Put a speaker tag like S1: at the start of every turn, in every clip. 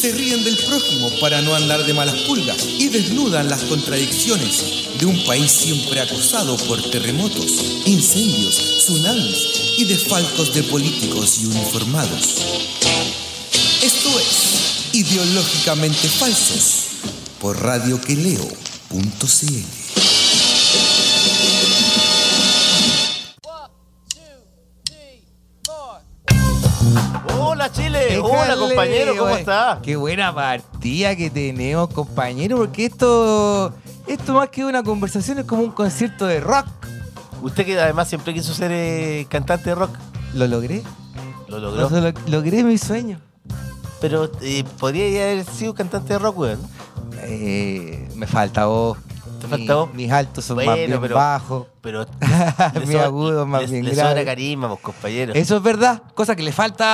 S1: se ríen del prójimo para no andar de malas pulgas y desnudan las contradicciones de un país siempre acosado por terremotos, incendios, tsunamis y desfalcos de políticos y uniformados. Esto es Ideológicamente Falsos por radioqueleo.cl.
S2: Hola Chile, hola
S3: Déjale,
S2: compañero, ¿cómo
S3: oye.
S2: está?
S3: Qué buena partida que tenemos, compañero, porque esto, esto más que una conversación es como un concierto de rock.
S2: Usted que además siempre quiso ser eh, cantante de rock,
S3: Lo logré,
S2: lo
S3: lo,
S2: logró.
S3: lo- logré mi sueño.
S2: Pero eh, podría haber sido cantante de rock, weón.
S3: Eh, me falta voz.
S2: Te
S3: Mi-
S2: falta voz.
S3: Mis altos son más
S2: Bueno,
S3: bien
S2: pero-
S3: bajos.
S2: Pero
S3: Mi
S2: sobra-
S3: agudo más
S2: le-
S3: bien
S2: le
S3: grave.
S2: sobra carisma, vos, compañero.
S3: Eso es verdad, cosa que le falta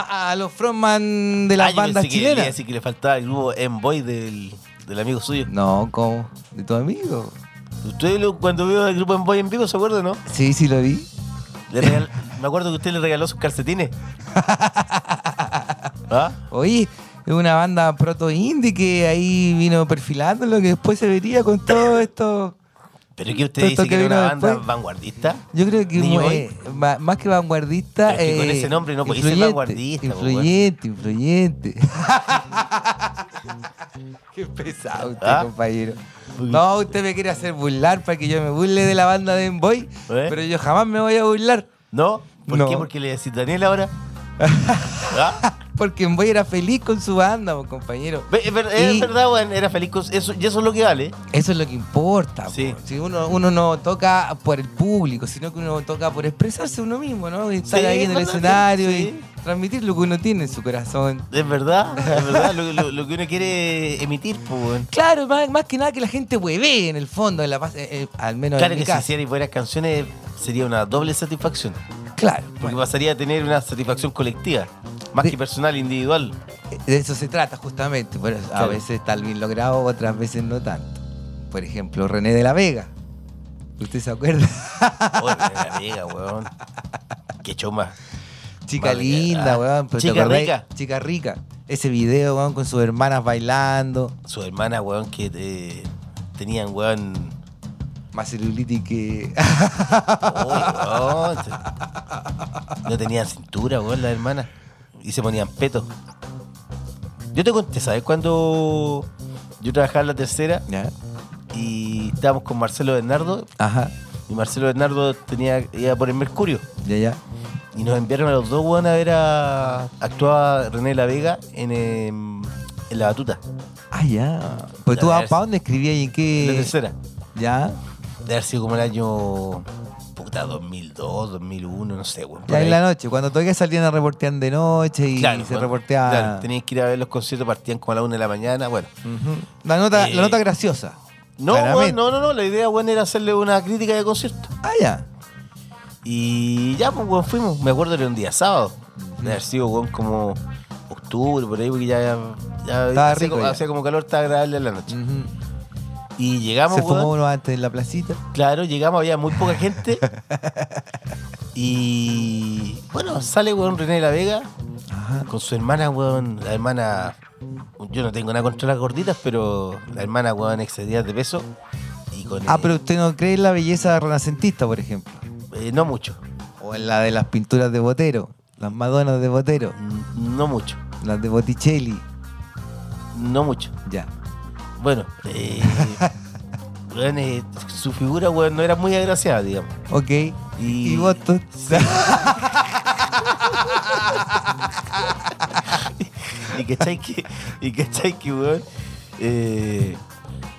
S3: a- a los frontman de las
S2: Ah, yo
S3: bandas
S2: pensé que le iba a
S3: chilenas.
S2: decir que le faltaba el grupo Envoy del, del amigo suyo.
S3: No, ¿cómo? ¿De tu amigo?
S2: Usted lo- cuando vio el grupo Envoy en vivo, ¿se acuerda, no?
S3: Sí, sí lo vi.
S2: Le regal- Me acuerdo que usted le regaló sus calcetines. ¿Ah?
S3: Oye, es una banda proto indie que ahí vino perfilando lo que después se vería con todo esto.
S2: ¿Pero es que usted
S3: Todo esto
S2: dice que
S3: que
S2: era una
S3: vino
S2: banda
S3: después.
S2: vanguardista?
S3: Yo creo que
S2: Niño
S3: eh, ma- más que vanguardista.
S2: Pero es que con
S3: eh,
S2: ese nombre no podía ser
S3: influyente,
S2: vanguardista, pues, po,
S3: Influyente, influyente. Qué pesado usted,
S2: ¿Ah?
S3: compañero. No, usted me quiere hacer burlar para que yo me burle de la banda de
S2: ¿Eh?
S3: Envoy, pero yo jamás me voy a burlar.
S2: ¿No? ¿Por
S3: No.
S2: qué? Porque le decís Daniel ahora. ¿Ah?
S3: Porque Envoy era feliz con su banda, po, compañero.
S2: Ve- Es, ver- es
S3: Y-
S2: verdad, weón, era feliz con eso, y eso es lo que vale.
S3: Eso es lo que importa.
S2: Sí.
S3: po. Si uno, uno no toca por el público, sino que uno toca por expresarse uno mismo, ¿no? Y Estar
S2: Sí,
S3: ahí en el
S2: es verdad,
S3: escenario
S2: sí.
S3: y transmitir lo que uno tiene en su corazón.
S2: Es verdad, es verdad, lo, lo- lo que uno quiere emitir, pues, weón.
S3: Claro, más, más que nada que la gente hueve en el fondo, en la, pas- eh, eh, al menos
S2: Claro
S3: en mi
S2: que si
S3: caso.
S2: hicierais buenas canciones sería una doble satisfacción.
S3: Claro, pues,
S2: Porque
S3: bueno,
S2: pasaría a tener una satisfacción colectiva, más
S3: Sí.
S2: que personal, individual.
S3: eh, de eso se trata justamente. Por eso, A
S2: Claro.
S3: veces está bien logrado, otras veces no tanto. Por ejemplo, René de la Vega. ¿Usted se acuerda?
S2: Oye, la vega, weón. Qué show más.
S3: Chica
S2: Madre,
S3: linda,
S2: ah,
S3: weón. pero ¿te
S2: chica
S3: acordás?
S2: rica.
S3: Chica rica. Ese video, weón, con sus hermanas bailando.
S2: Su hermana, weón, que eh, tenían, weón.
S3: Más celulitis que.
S2: Oye, weón, te- Oh, No tenían cintura, weón, las hermanas. Y se ponían petos. Yo te conté, ¿sabes? Cuando yo trabajaba en la tercera
S3: ¿Ya?
S2: y estábamos con Marcelo Bernardo,
S3: Ajá,
S2: y Marcelo Bernardo tenía, iba por el Mercurio.
S3: ya, ya.
S2: Y nos enviaron a los dos, weón, a ver a. Actuaba René La Vega en, eh, en La Batuta,
S3: Ah, ya. Pues
S2: Ya
S3: tú,
S2: ves.
S3: ¿para dónde escribías y en
S2: en la
S3: qué?
S2: tercera.
S3: Ya.
S2: Debe haber sido como el año. Puta, 2002, 2001, no sé, weón. por
S3: Ya en
S2: ahí.
S3: la noche. Cuando todavía salían a reportear de noche y
S2: Claro,
S3: se
S2: cuando-
S3: reporteaba.
S2: claro, tenías que ir a ver los conciertos, partían como a la una de la mañana, bueno.
S3: Ujú. la, nota, la
S2: Eh.
S3: nota graciosa.
S2: No,
S3: Claramente.
S2: weón, no, no, no, la idea, weón, era hacerle una crítica de concierto.
S3: Ah, ya.
S2: Y ya, pues, weón, fuimos. Me acuerdo que era un día sábado. De haber sido, weón, como octubre, por ahí, porque ya... ya
S3: Estaba
S2: hacía,
S3: rico
S2: como,
S3: ya.
S2: hacía como calor, estaba agradable en la noche.
S3: Ujú.
S2: Y llegamos,
S3: Se fumó
S2: weón,
S3: uno antes en la placita.
S2: claro, llegamos, había muy poca gente. y... Bueno, sale, weón, René de la Vega
S3: Ajá.
S2: con su hermana, weón, la hermana... Yo no tengo nada contra las gorditas, pero la hermana, weón, excedía de peso. Y con,
S3: Ah,
S2: eh,
S3: pero usted no cree en la belleza renacentista, por ejemplo.
S2: eh, no mucho.
S3: O en la de las pinturas de Botero. Las Madonas de Botero.
S2: N- No mucho,
S3: Las de Botticelli.
S2: no mucho.
S3: Ya.
S2: Bueno, eh, weón, eh, su figura weón, no era muy agraciada, digamos.
S3: Ok. Y,
S2: Y-
S3: Boston.
S2: Y cachai que, y cachai que weón, eh,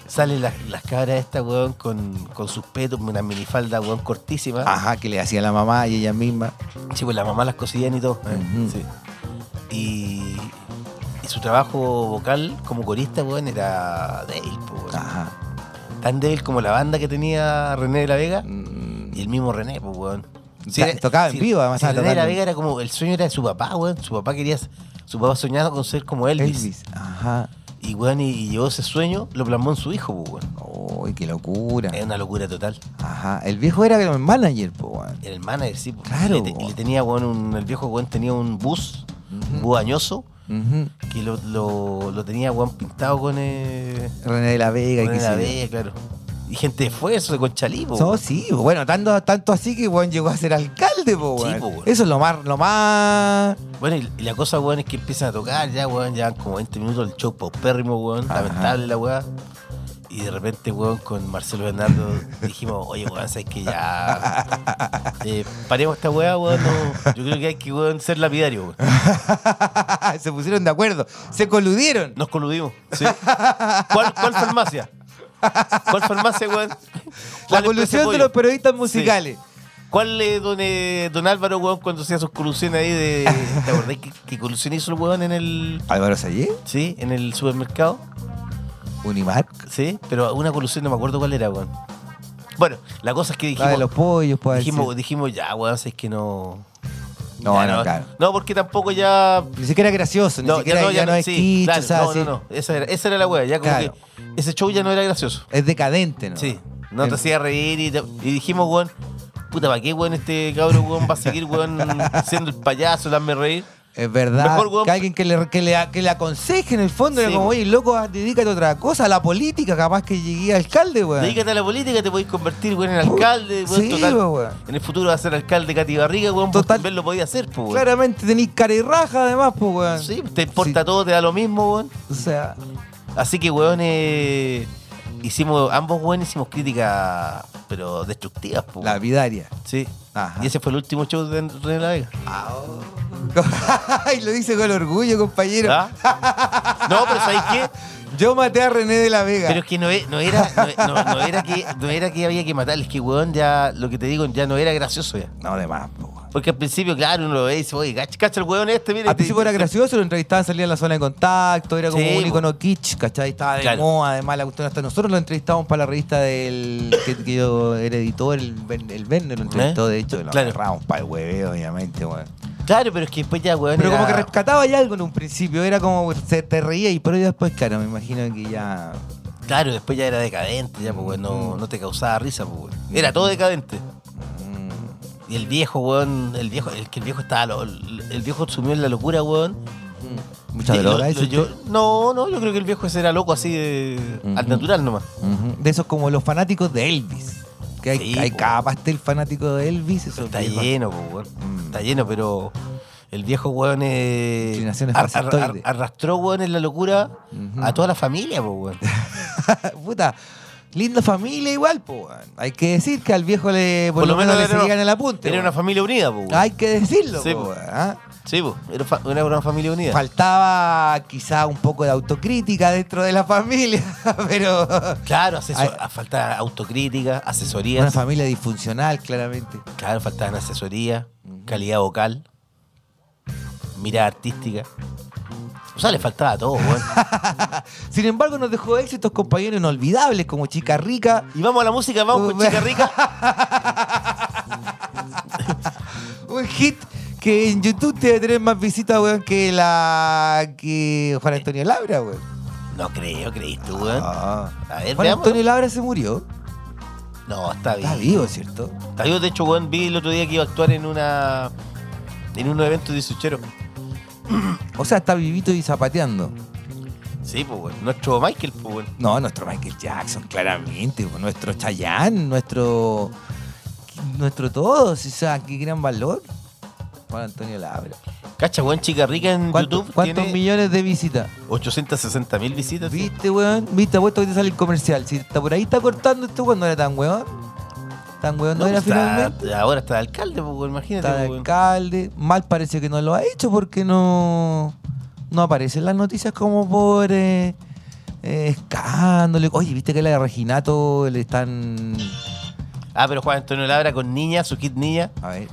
S2: salen las, las cabras estas, weón, con, con sus petos, una minifalda, weón, cortísima.
S3: Ajá, que le hacía la mamá y ella misma.
S2: Sí, pues la mamá las cosían y todo. ¿eh?
S3: Ujú.
S2: Sí. Y, y su trabajo vocal como corista, weón, era de él, pues, weón.
S3: Ajá.
S2: tan débil como la banda que tenía René de la Vega
S3: Mm,
S2: y el mismo René, pues, weón.
S3: Ta- tocaba en vivo, además,
S2: si
S3: estaba
S2: René de la
S3: tocando.
S2: Vega era como, el sueño era de su papá, weón. Su papá quería, su papá soñaba con ser como Elvis.
S3: Elvis. Ajá.
S2: Y, weón, y, y llevó ese sueño, lo plasmó en su hijo, pues, weón.
S3: Uy, qué locura.
S2: Es una locura total.
S3: Ajá. El viejo era el manager, po, weón.
S2: Era el manager, sí. pues.
S3: Claro,
S2: Y le, te- y le
S3: po.
S2: tenía, weón, un- el viejo, weón, tenía un bus, un bus añoso,
S3: Ujú.
S2: que lo, lo- lo tenía, weón, pintado con... eh,
S3: René de la Vega y
S2: Con
S3: qué
S2: la
S3: sé yo.
S2: Vega, claro. Y gente de Fueso, de Conchalí, po,
S3: No,
S2: weón.
S3: sí, bueno, tanto, tanto así que weón llegó a ser alcalde, po,
S2: Sí,
S3: weón.
S2: po, weón.
S3: Eso es lo más, lo más.
S2: Bueno, y y la cosa, weón, es que empiezan a tocar ya, weón, ya como 20 minutos el show paupérrimo, weón,
S3: Ajá.
S2: lamentable la weá. Y de repente, weón, con Marcelo Bernardo dijimos, oye, weón, sabes que ya eh, paremos esta weá, weón. no, yo creo que hay que, weón, ser lapidario, weón.
S3: se pusieron de acuerdo, se coludieron.
S2: Nos coludimos, ¿sí? ¿Cuál, cuál farmacia? ¿Cuál farmacia, weón?
S3: La
S2: ¿Cuál empresa
S3: colusión de
S2: pollo?
S3: los periodistas
S2: Sí.
S3: musicales.
S2: ¿Cuál es don, eh, don Álvaro, weón, cuando hacía sus colusiones ahí de. ¿Te acordás que, que colusión hizo el weón en el.
S3: Álvaro Sayé,
S2: Sí, en el supermercado?
S3: Unimark,
S2: Sí, pero una colusión no me acuerdo cuál era, weón. Bueno, la cosa es que
S3: la de
S2: dijimos.
S3: los pollos, pues, puede
S2: dijimos,
S3: decir.
S2: dijimos, ya, weón, si es que no.
S3: No,
S2: ya
S3: no, claro.
S2: No, porque tampoco ya.
S3: Ni siquiera es gracioso, ni siquiera ya, no es
S2: sí, claro,
S3: kitsch, o sea,
S2: no,
S3: sí.
S2: no, no. Esa era, esa era la weá, ya como
S3: Claro.
S2: que. Ese show ya no era gracioso.
S3: Es decadente, ¿no?
S2: Sí, no
S3: En-
S2: te hacía reír y, te- y dijimos, weón, puta, ¿para qué, weón, este cabro, weón, va a seguir, weón, siendo el payaso, dame reír?
S3: Es verdad.
S2: Mejor, weón.
S3: que alguien que le, que, le, que le aconseje en el fondo, era
S2: Sí,
S3: como,
S2: weón.
S3: oye, loco, ah, dedícate a otra cosa, a la política, capaz que llegué a alcalde, weón.
S2: Dedícate a la política, te podéis convertir, weón, en alcalde, weón,
S3: Sí,
S2: total.
S3: weón.
S2: En el futuro va a ser alcalde Cati Barriga, weón, vos
S3: Total.
S2: también lo podía hacer, pues, weón.
S3: Claramente tenés cara y raja, además, pues, weón.
S2: Sí, te importa todo, te da lo mismo, weón.
S3: O sea,
S2: Así que, weón, eh, hicimos, ambos, weón, hicimos críticas, pero destructivas, pues.
S3: la vidaria.
S2: Sí.
S3: Ajá.
S2: Y ese fue el último show de René La Vega.
S3: y lo dice con orgullo, compañero.
S2: ¿Ah? No, pero ¿sabéis qué?
S3: Yo maté a René de la Vega.
S2: Pero es que no, e- no era, no, no- no era que, no era que había que matar, es que weón ya, lo que te digo, ya no era gracioso ya.
S3: No, de más, po, weón.
S2: Porque al principio, claro, uno lo ve y dice, oye, cacha, cacha el weón este, mire.
S3: Al principio era gracioso, lo entrevistaban, salía en la zona de contacto, era como
S2: Sí,
S3: un
S2: po.
S3: icono kitsch, ¿cachai? Estaba de
S2: Claro.
S3: moda, además la cuestión hasta nosotros lo entrevistamos para la revista del que, que yo era editor, el Ben, el Ben lo entrevistó,
S2: ¿Eh?
S3: de hecho, lo
S2: Claro.
S3: agarramos para el hueveo, obviamente, weón.
S2: Claro, pero es que después ya, weón.
S3: Pero
S2: era-
S3: como que rescataba ya algo en un principio, era como se te reía y pero después, claro, me imagino que ya.
S2: Claro, después ya era decadente, ya, pues weón, no, no te causaba risa, pues weón. Era todo decadente.
S3: mm,
S2: Y el viejo, weón, el viejo, el que el viejo estaba, lo- el viejo sumió en la locura, weón.
S3: Mucha
S2: Y lo-
S3: droga,
S2: lo-
S3: eso.
S2: yo- No, no, yo creo que el viejo ese era loco así de- al
S3: Ujú.
S2: natural nomás.
S3: Ujú. De esos como los fanáticos de Elvis. Que hay,
S2: Sí,
S3: hay
S2: po.
S3: cada pastel fanático de Elvis. esos
S2: Está
S3: viejos.
S2: lleno, po, weón.
S3: Mm.
S2: Está lleno, pero el viejo weón eh,
S3: Inclinaciones
S2: ar- ar-
S3: fascistoides.
S2: ar- arrastró weón en la locura
S3: Ujú.
S2: a toda la familia, po, weón.
S3: Puta, linda familia igual, po, weón. Hay que decir que al viejo le, por, lo, menos, le
S2: era-
S3: seguían el apunte.
S2: Era
S3: weón.
S2: una familia unida, po, weón.
S3: Hay que decirlo,
S2: Sí,
S3: po,
S2: po.
S3: weón, ¿ah?
S2: Sí, po, era, fa- era una familia unida.
S3: Faltaba quizá un poco de autocrítica dentro de la familia, pero...
S2: claro, asesor-
S3: Ay.
S2: ah, faltaba autocrítica, asesoría.
S3: Una familia disfuncional, claramente.
S2: Claro, faltaban asesoría, calidad vocal, mirada artística. O sea, le faltaba todo, weón.
S3: Sin embargo, nos dejó éxitos compañeros inolvidables como Chica Rica,
S2: y vamos a la música, vamos con
S3: Uy,
S2: Chica Rica.
S3: Un hit que en YouTube debe tener más visitas, weón, que la. que Juan Antonio Labra, weón.
S2: No creo, creíste, tú, weón. Eh,
S3: Ah.
S2: A ver,
S3: Juan
S2: veamos.
S3: Antonio Labra se murió.
S2: No, está bien.
S3: Está vivo, ¿cierto?
S2: Está vivo, de hecho, weón, vi el otro día que iba a actuar en una. en un evento de Suchero.
S3: O sea, está vivito y zapateando.
S2: Sí, pues, weón. Nuestro Michael, pues, weón.
S3: No, nuestro Michael Jackson, claramente, weón. nuestro Chayanne, nuestro. nuestro todo. O sea, qué gran valor. Juan Antonio Labra.
S2: Cacha, weón, Chica Rica en
S3: ¿Cuánto-
S2: YouTube
S3: ¿Cuántos
S2: tiene
S3: millones de visitas?
S2: 860 mil visitas. sí.
S3: ¿Viste, weón? ¿Viste? Apuesto que te sale el comercial. Si está por ahí está cortando esto, weón, no era tan weón. Tan weón no,
S2: No,
S3: era
S2: pues, está-
S3: finalmente.
S2: Ahora está de alcalde, pues, weón, imagínate,
S3: Está de
S2: pues, weón.
S3: alcalde. Mal parece que no lo ha hecho porque no, no aparecen las noticias como por eh, eh, escándalo. Oye, ¿viste que a la de Reginato le están...
S2: Ah, pero Juan Antonio Labra con niña, su kit niña,
S3: A ver,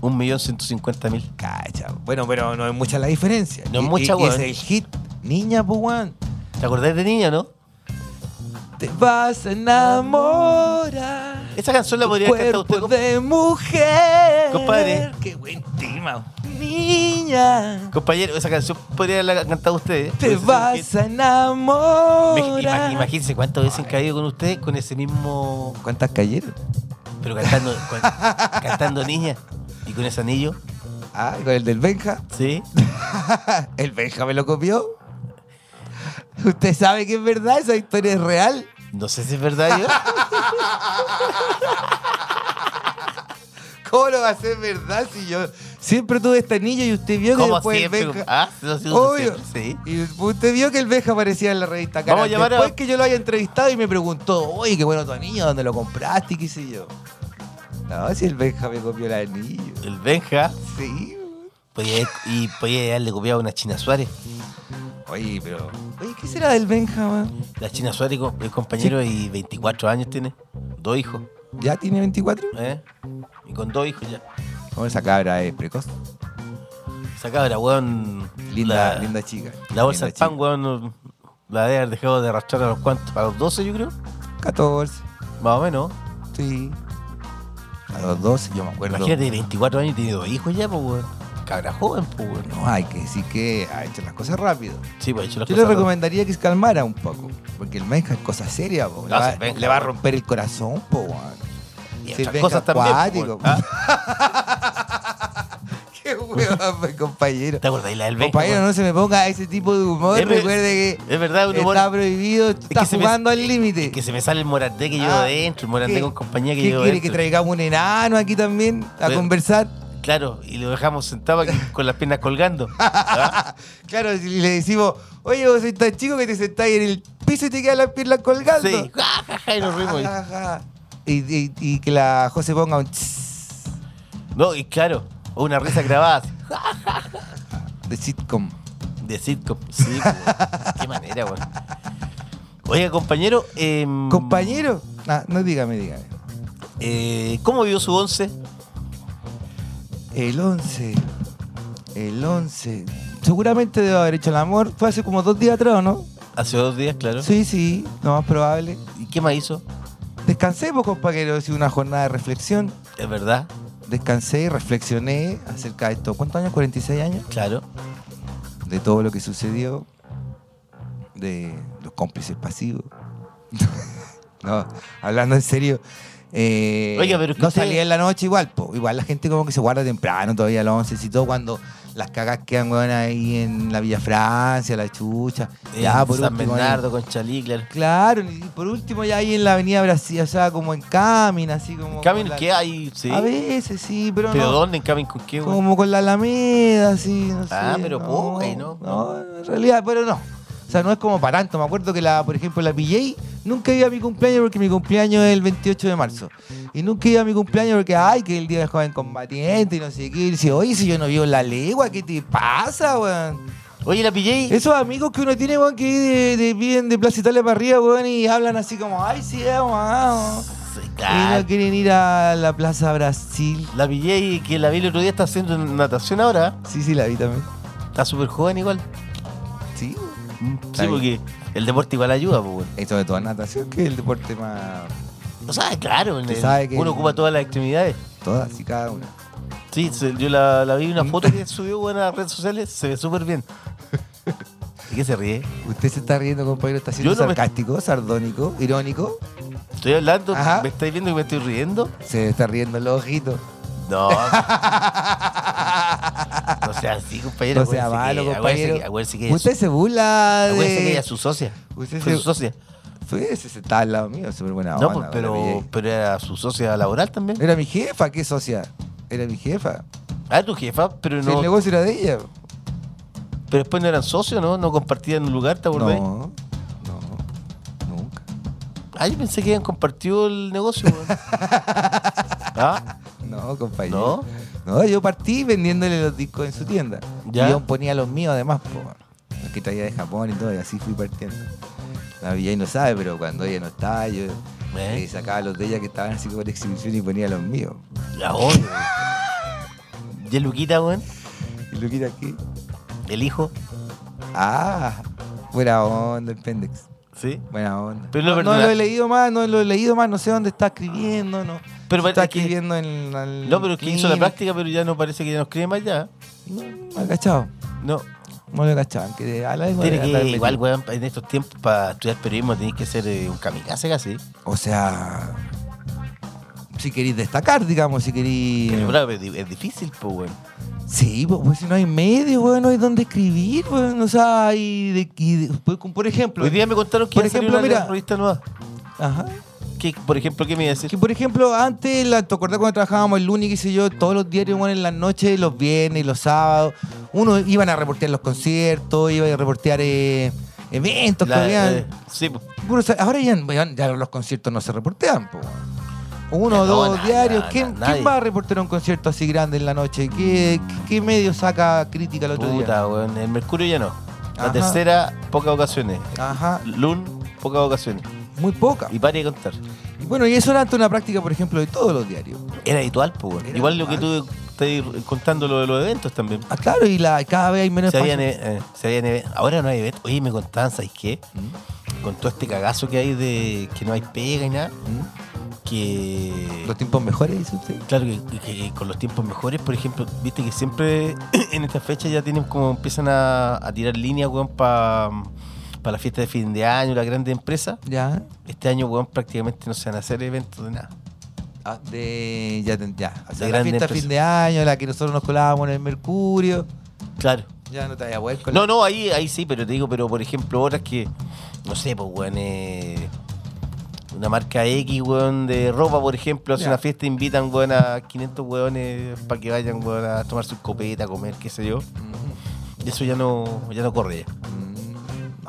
S2: 1.150.000.
S3: cacha. Bueno, pero no es mucha la diferencia.
S2: No es
S3: Y-
S2: mucha,
S3: y- y
S2: weón.
S3: ese es el hit. Niña, pues, weón.
S2: ¿Te acordás de niña, no?
S3: Te vas a enamorar.
S2: Esa canción la
S3: Tu
S2: podría cantar usted.
S3: cuerpo
S2: compa-
S3: de mujer.
S2: Compadre.
S3: Qué buen tema. Niña.
S2: Compañero, esa canción podría la cantar usted. ¿eh?
S3: Te
S2: Por eso
S3: vas
S2: dije-
S3: a
S2: Me-
S3: enamorar.
S2: ima- Imagínense cuántas veces han caído con usted con ese mismo.
S3: ¿Cuántas cayeron?
S2: Pero cantando, cua- cantando niña y con ese anillo.
S3: Ah, con el del Benja.
S2: Sí.
S3: El Benja me lo copió. Usted sabe que es verdad, esa historia es real.
S2: No sé si es verdad yo.
S3: ¿Cómo lo va a ser verdad si yo siempre tuve este anillo y usted vio que
S2: Como
S3: después
S2: siempre.
S3: el Benja...
S2: Ah, sí, lo sigo
S3: Obvio.
S2: siempre, sí.
S3: Y usted vio que el Benja aparecía en la revista Cara.
S2: Vamos a llamar a-
S3: Después que yo lo haya entrevistado y me preguntó, oye, qué bueno tu anillo, ¿dónde lo compraste? Y qué sé yo. No, si el Benja me copió el anillo.
S2: El Benja.
S3: Sí.
S2: Podía, y podía darle copiado a una China Suárez.
S3: Oye, pero... Oye, ¿qué será del Benja, man?
S2: La China Suárez co- es compañero y 24 años tiene. Dos hijos.
S3: ¿Ya tiene 24?
S2: ¿eh? Y con dos hijos ya.
S3: Vamos, esa cabra es precoz.
S2: Esa cabra, weón.
S3: Linda,
S2: la,
S3: linda chica.
S2: La bolsa
S3: Linda
S2: del
S3: chica.
S2: pan, weón. La de haber dejado de arrastrar a los cuantos. A los 12, yo creo.
S3: 14.
S2: Más o menos.
S3: Sí. A los 12, yo me acuerdo.
S2: Imagínate, 24 años y tiene dos hijos ya, pues, weón. Cabra joven, pues, weón.
S3: No, hay que decir que ha hecho las cosas rápido.
S2: Sí, pues, ha hecho las
S3: Yo le
S2: cosas
S3: recomendaría que se calmara un poco. Porque el Benja es cosa seria, po. Le,
S2: No,
S3: va,
S2: si el Benja,
S3: le va a
S2: po.
S3: romper el corazón, po, weón.
S2: Y
S3: Si el
S2: otras cosas
S3: Benja es
S2: también, po,
S3: cuático,
S2: weón. ¿ah?
S3: po. Qué weón, pues, compañero.
S2: ¿Te acordáis la del Benja?
S3: Compañero,
S2: weón?
S3: no se me ponga ese tipo de humor.
S2: Es ver-
S3: Recuerde que
S2: es verdad, un humor-
S3: está prohibido, está
S2: se me-
S3: jugando al límite.
S2: Que se me sale el morandé que llevo
S3: Ah,
S2: dentro, el morandé
S3: ¿Qué-
S2: con compañía que
S3: ¿Qué
S2: llevo
S3: quiere
S2: dentro.
S3: que traigamos un enano aquí también a
S2: Pero-
S3: conversar?
S2: Claro, y lo dejamos sentado aquí con las piernas colgando.
S3: Claro, si le decimos, oye, vos sois tan chico que te sentáis en el piso y te quedan las piernas colgando.
S2: Sí, ja, ja, ja, y nos rimos.
S3: Ah, ajá. Y, y- y que la José ponga un tss
S2: No, y claro, una risa grabada así,
S3: de sitcom.
S2: de sitcom. Sí, pues, weón. qué manera, weón. Oiga, compañero. em,
S3: Compañero, ah, no dígame, dígame.
S2: eh, ¿Cómo vio su once?
S3: El 11, el 11. Seguramente debe haber hecho el amor. Fue hace como dos días atrás, ¿o ¿no?
S2: Hace dos días, claro.
S3: Sí, sí, lo más probable.
S2: ¿Y qué más hizo?
S3: Descansemos, compañero, hice una jornada de reflexión.
S2: Es verdad,
S3: Descansé y reflexioné acerca de esto. ¿Cuántos años? ¿46 años?
S2: claro.
S3: de todo lo que sucedió, de los cómplices pasivos. no, hablando en serio. eh,
S2: Oiga, pero es que
S3: no
S2: usted-
S3: salía en la noche igual, po. igual la gente como que se guarda temprano todavía a las 11 y todo cuando las cagas quedan weón, ahí en la Villa Francia, la chucha.
S2: Ya,
S3: por
S2: San
S3: último, ahí-
S2: Bernardo, con Chalí, claro.
S3: Claro, y por último ya ahí en la Avenida Brasil, o sea, como en Camin, así como.
S2: Camin,
S3: con la-
S2: ¿qué hay? Sí.
S3: A veces sí, pero,
S2: ¿Pero
S3: no.
S2: dónde? ¿En Camin con qué, weón?
S3: Como con la Alameda, así, no sé.
S2: Ah, pero pobre, ¿no?
S3: No, en realidad, pero no. O sea, no es como para tanto. Me acuerdo que, la, por ejemplo, la PJ nunca iba a mi cumpleaños porque mi cumpleaños es el 28 de marzo. Y nunca iba a mi cumpleaños porque, ay, que es el día del joven combatiente y no sé qué. Y dice, oye, si yo no vivo la legua, ¿qué te pasa, weón?
S2: Oye, la PJ.
S3: Esos amigos que uno tiene, weón, que de, de- viven de Plaza Italia para arriba, weón, y hablan así como, ay, sí, vamos, vamos.
S2: Sí,
S3: Y
S2: claro.
S3: no quieren ir a la Plaza Brasil.
S2: La PJ que la vi el otro día está haciendo natación ahora.
S3: Sí, sí, la vi también.
S2: Está súper joven igual.
S3: Sí, weón. Mm, Está
S2: Sí,
S3: bien.
S2: porque el deporte igual ayuda, pues. weón.
S3: Y sobre todo en natación, que es el deporte más.
S2: O sea, claro, en
S3: Se
S2: el-
S3: sabe que-
S2: uno ocupa todas las extremidades.
S3: Todas y cada una.
S2: Sí, se- yo la, la vi en una
S3: Mm.
S2: foto que subió weón, a las redes sociales, se ve súper bien. ¿Y qué se ríe?
S3: Usted se está riendo, compañero, está siendo
S2: Yo no me-
S3: sarcástico, sardónico, irónico.
S2: Estoy hablando,
S3: Ajá.
S2: ¿me estáis viendo que me estoy riendo?
S3: Se está riendo los ojitos.
S2: No. no sea así, compañero.
S3: No sea
S2: acuérdese
S3: malo,
S2: que-
S3: compañero.
S2: acuérdese que- Acuérdese que, ella es
S3: Usted se burla
S2: su- acuérdese que ella
S3: de.
S2: es su socia.
S3: Usted
S2: Fue
S3: se-
S2: su socia.
S3: Fue ese se está al lado mío, súper buena
S2: No, pues,
S3: onda,
S2: pero,
S3: maravilla.
S2: pero era su socia laboral también.
S3: Era mi jefa, qué socia. Era mi jefa.
S2: Ah, tu jefa, pero
S3: Si el
S2: no.
S3: negocio era de ella.
S2: Pero después no eran socios, ¿no? No compartían un lugar, ¿te acordás?
S3: No, no, nunca.
S2: Ah, yo pensé que habían compartido el negocio, weón. ¿Ah?
S3: No, compañero. No, yo partí vendiéndole los discos en su tienda.
S2: Ya.
S3: Y yo ponía los míos además, po, los que traía de Japón y todo, y así fui partiendo. La Villa no sabe, pero cuando ella no estaba, yo
S2: ¿Eh?
S3: eh, sacaba los de ella que estaban así como en exhibición y ponía los míos.
S2: La odio, weón. Y el Luquita, weón,
S3: Y lo quita aquí.
S2: el hijo.
S3: Ah, buena onda el Pendex.
S2: ¿Sí?
S3: Buena onda.
S2: Pero lo
S3: no, no
S2: perdona-
S3: lo he leído más, no lo he leído más, no sé dónde está escribiendo, no.
S2: Pero
S3: Si está
S2: es que-
S3: escribiendo en la en
S2: No, pero es que hizo la
S3: clínica.
S2: práctica, pero ya no parece que ya nos cree más ya.
S3: No, no lo he cachado.
S2: No.
S3: No lo he cachado, aunque a la
S2: Tiene que,
S3: andar metido.
S2: igual, weón, en estos tiempos para estudiar periodismo tenés que ser eh, un kamikaze casi.
S3: O sea, si queréis destacar, digamos, si queréis.
S2: Pero, bravo, es, di- es difícil, pues, weón.
S3: Sí, po, pues si no hay medio, weón, no hay dónde escribir, weón. O sea, y de, y de- pues, con- por ejemplo.
S2: Hoy día me contaron que
S3: Por
S2: iba a salir
S3: ejemplo,
S2: una
S3: mira.
S2: revista nueva.
S3: Ajá.
S2: ¿Qué, por ejemplo, ¿qué me iba a decir?
S3: Que por ejemplo, antes, la, ¿te acordás cuando trabajábamos el lunes, qué sé yo, todos los diarios, bueno, en las noches, los viernes, los sábados, uno iban a reportear los conciertos, iban a reportear eh, eventos
S2: La-
S3: que habían.
S2: eh, sí, pues.
S3: Puro sa- ahora ya, ya- ya los conciertos no se reportean, po. weón. Uno
S2: Ya no,
S3: o dos
S2: na-
S3: diarios.
S2: na-
S3: ¿Quién,
S2: na-
S3: quién
S2: nadie.
S3: va a reportar un concierto así grande en la noche? ¿Qué, qué medio saca crítica el otro día?
S2: Puta, weón. El Mercurio ya no. La
S3: Ajá.
S2: tercera, pocas ocasiones.
S3: Ajá,
S2: Lun, pocas ocasiones.
S3: muy poca.
S2: Y para de contar.
S3: Y bueno, y eso era ante una práctica, por ejemplo, de todos los diarios.
S2: Era habitual, pues, weón.
S3: Era
S2: Igual lo
S3: habitual.
S2: que tú estás contando lo de los eventos también.
S3: Ah, claro, y la, cada vez hay menos
S2: Se habían,
S3: espacio.
S2: eh, se habían event- Ahora no hay eventos. Oye, me contaban, ¿sabes qué?
S3: ¿Mm?
S2: Con todo este cagazo que hay de que no hay pega y nada,
S3: ¿Mm?
S2: que.
S3: Los tiempos mejores, dice usted.
S2: Claro que, que con los tiempos mejores, por ejemplo, viste que siempre en estas fechas ya tienen como empiezan a, a tirar líneas, weón, para la fiesta de fin de año, la grande empresa.
S3: Ya.
S2: Este año, weón, prácticamente no se van a hacer eventos de nada.
S3: Ah, de, ya, te- ya. O sea,
S2: De
S3: la
S2: grande
S3: fiesta a
S2: empresa.
S3: fin de año, la que nosotros nos colábamos en el Mercurio.
S2: Claro.
S3: Ya no te vayas a huear con
S2: No, no, ahí, ahí sí, pero te digo, pero por ejemplo, otras que, no sé, pues, weón, eh, una marca X, weón, de ropa, por ejemplo, hace
S3: Ya.
S2: una fiesta, invitan, weón, a 500 weones para que vayan, weón, a tomar su copeta, a comer, qué sé yo.
S3: la- Mm,
S2: Y eso ya no, ya no corre. ya.
S3: mm.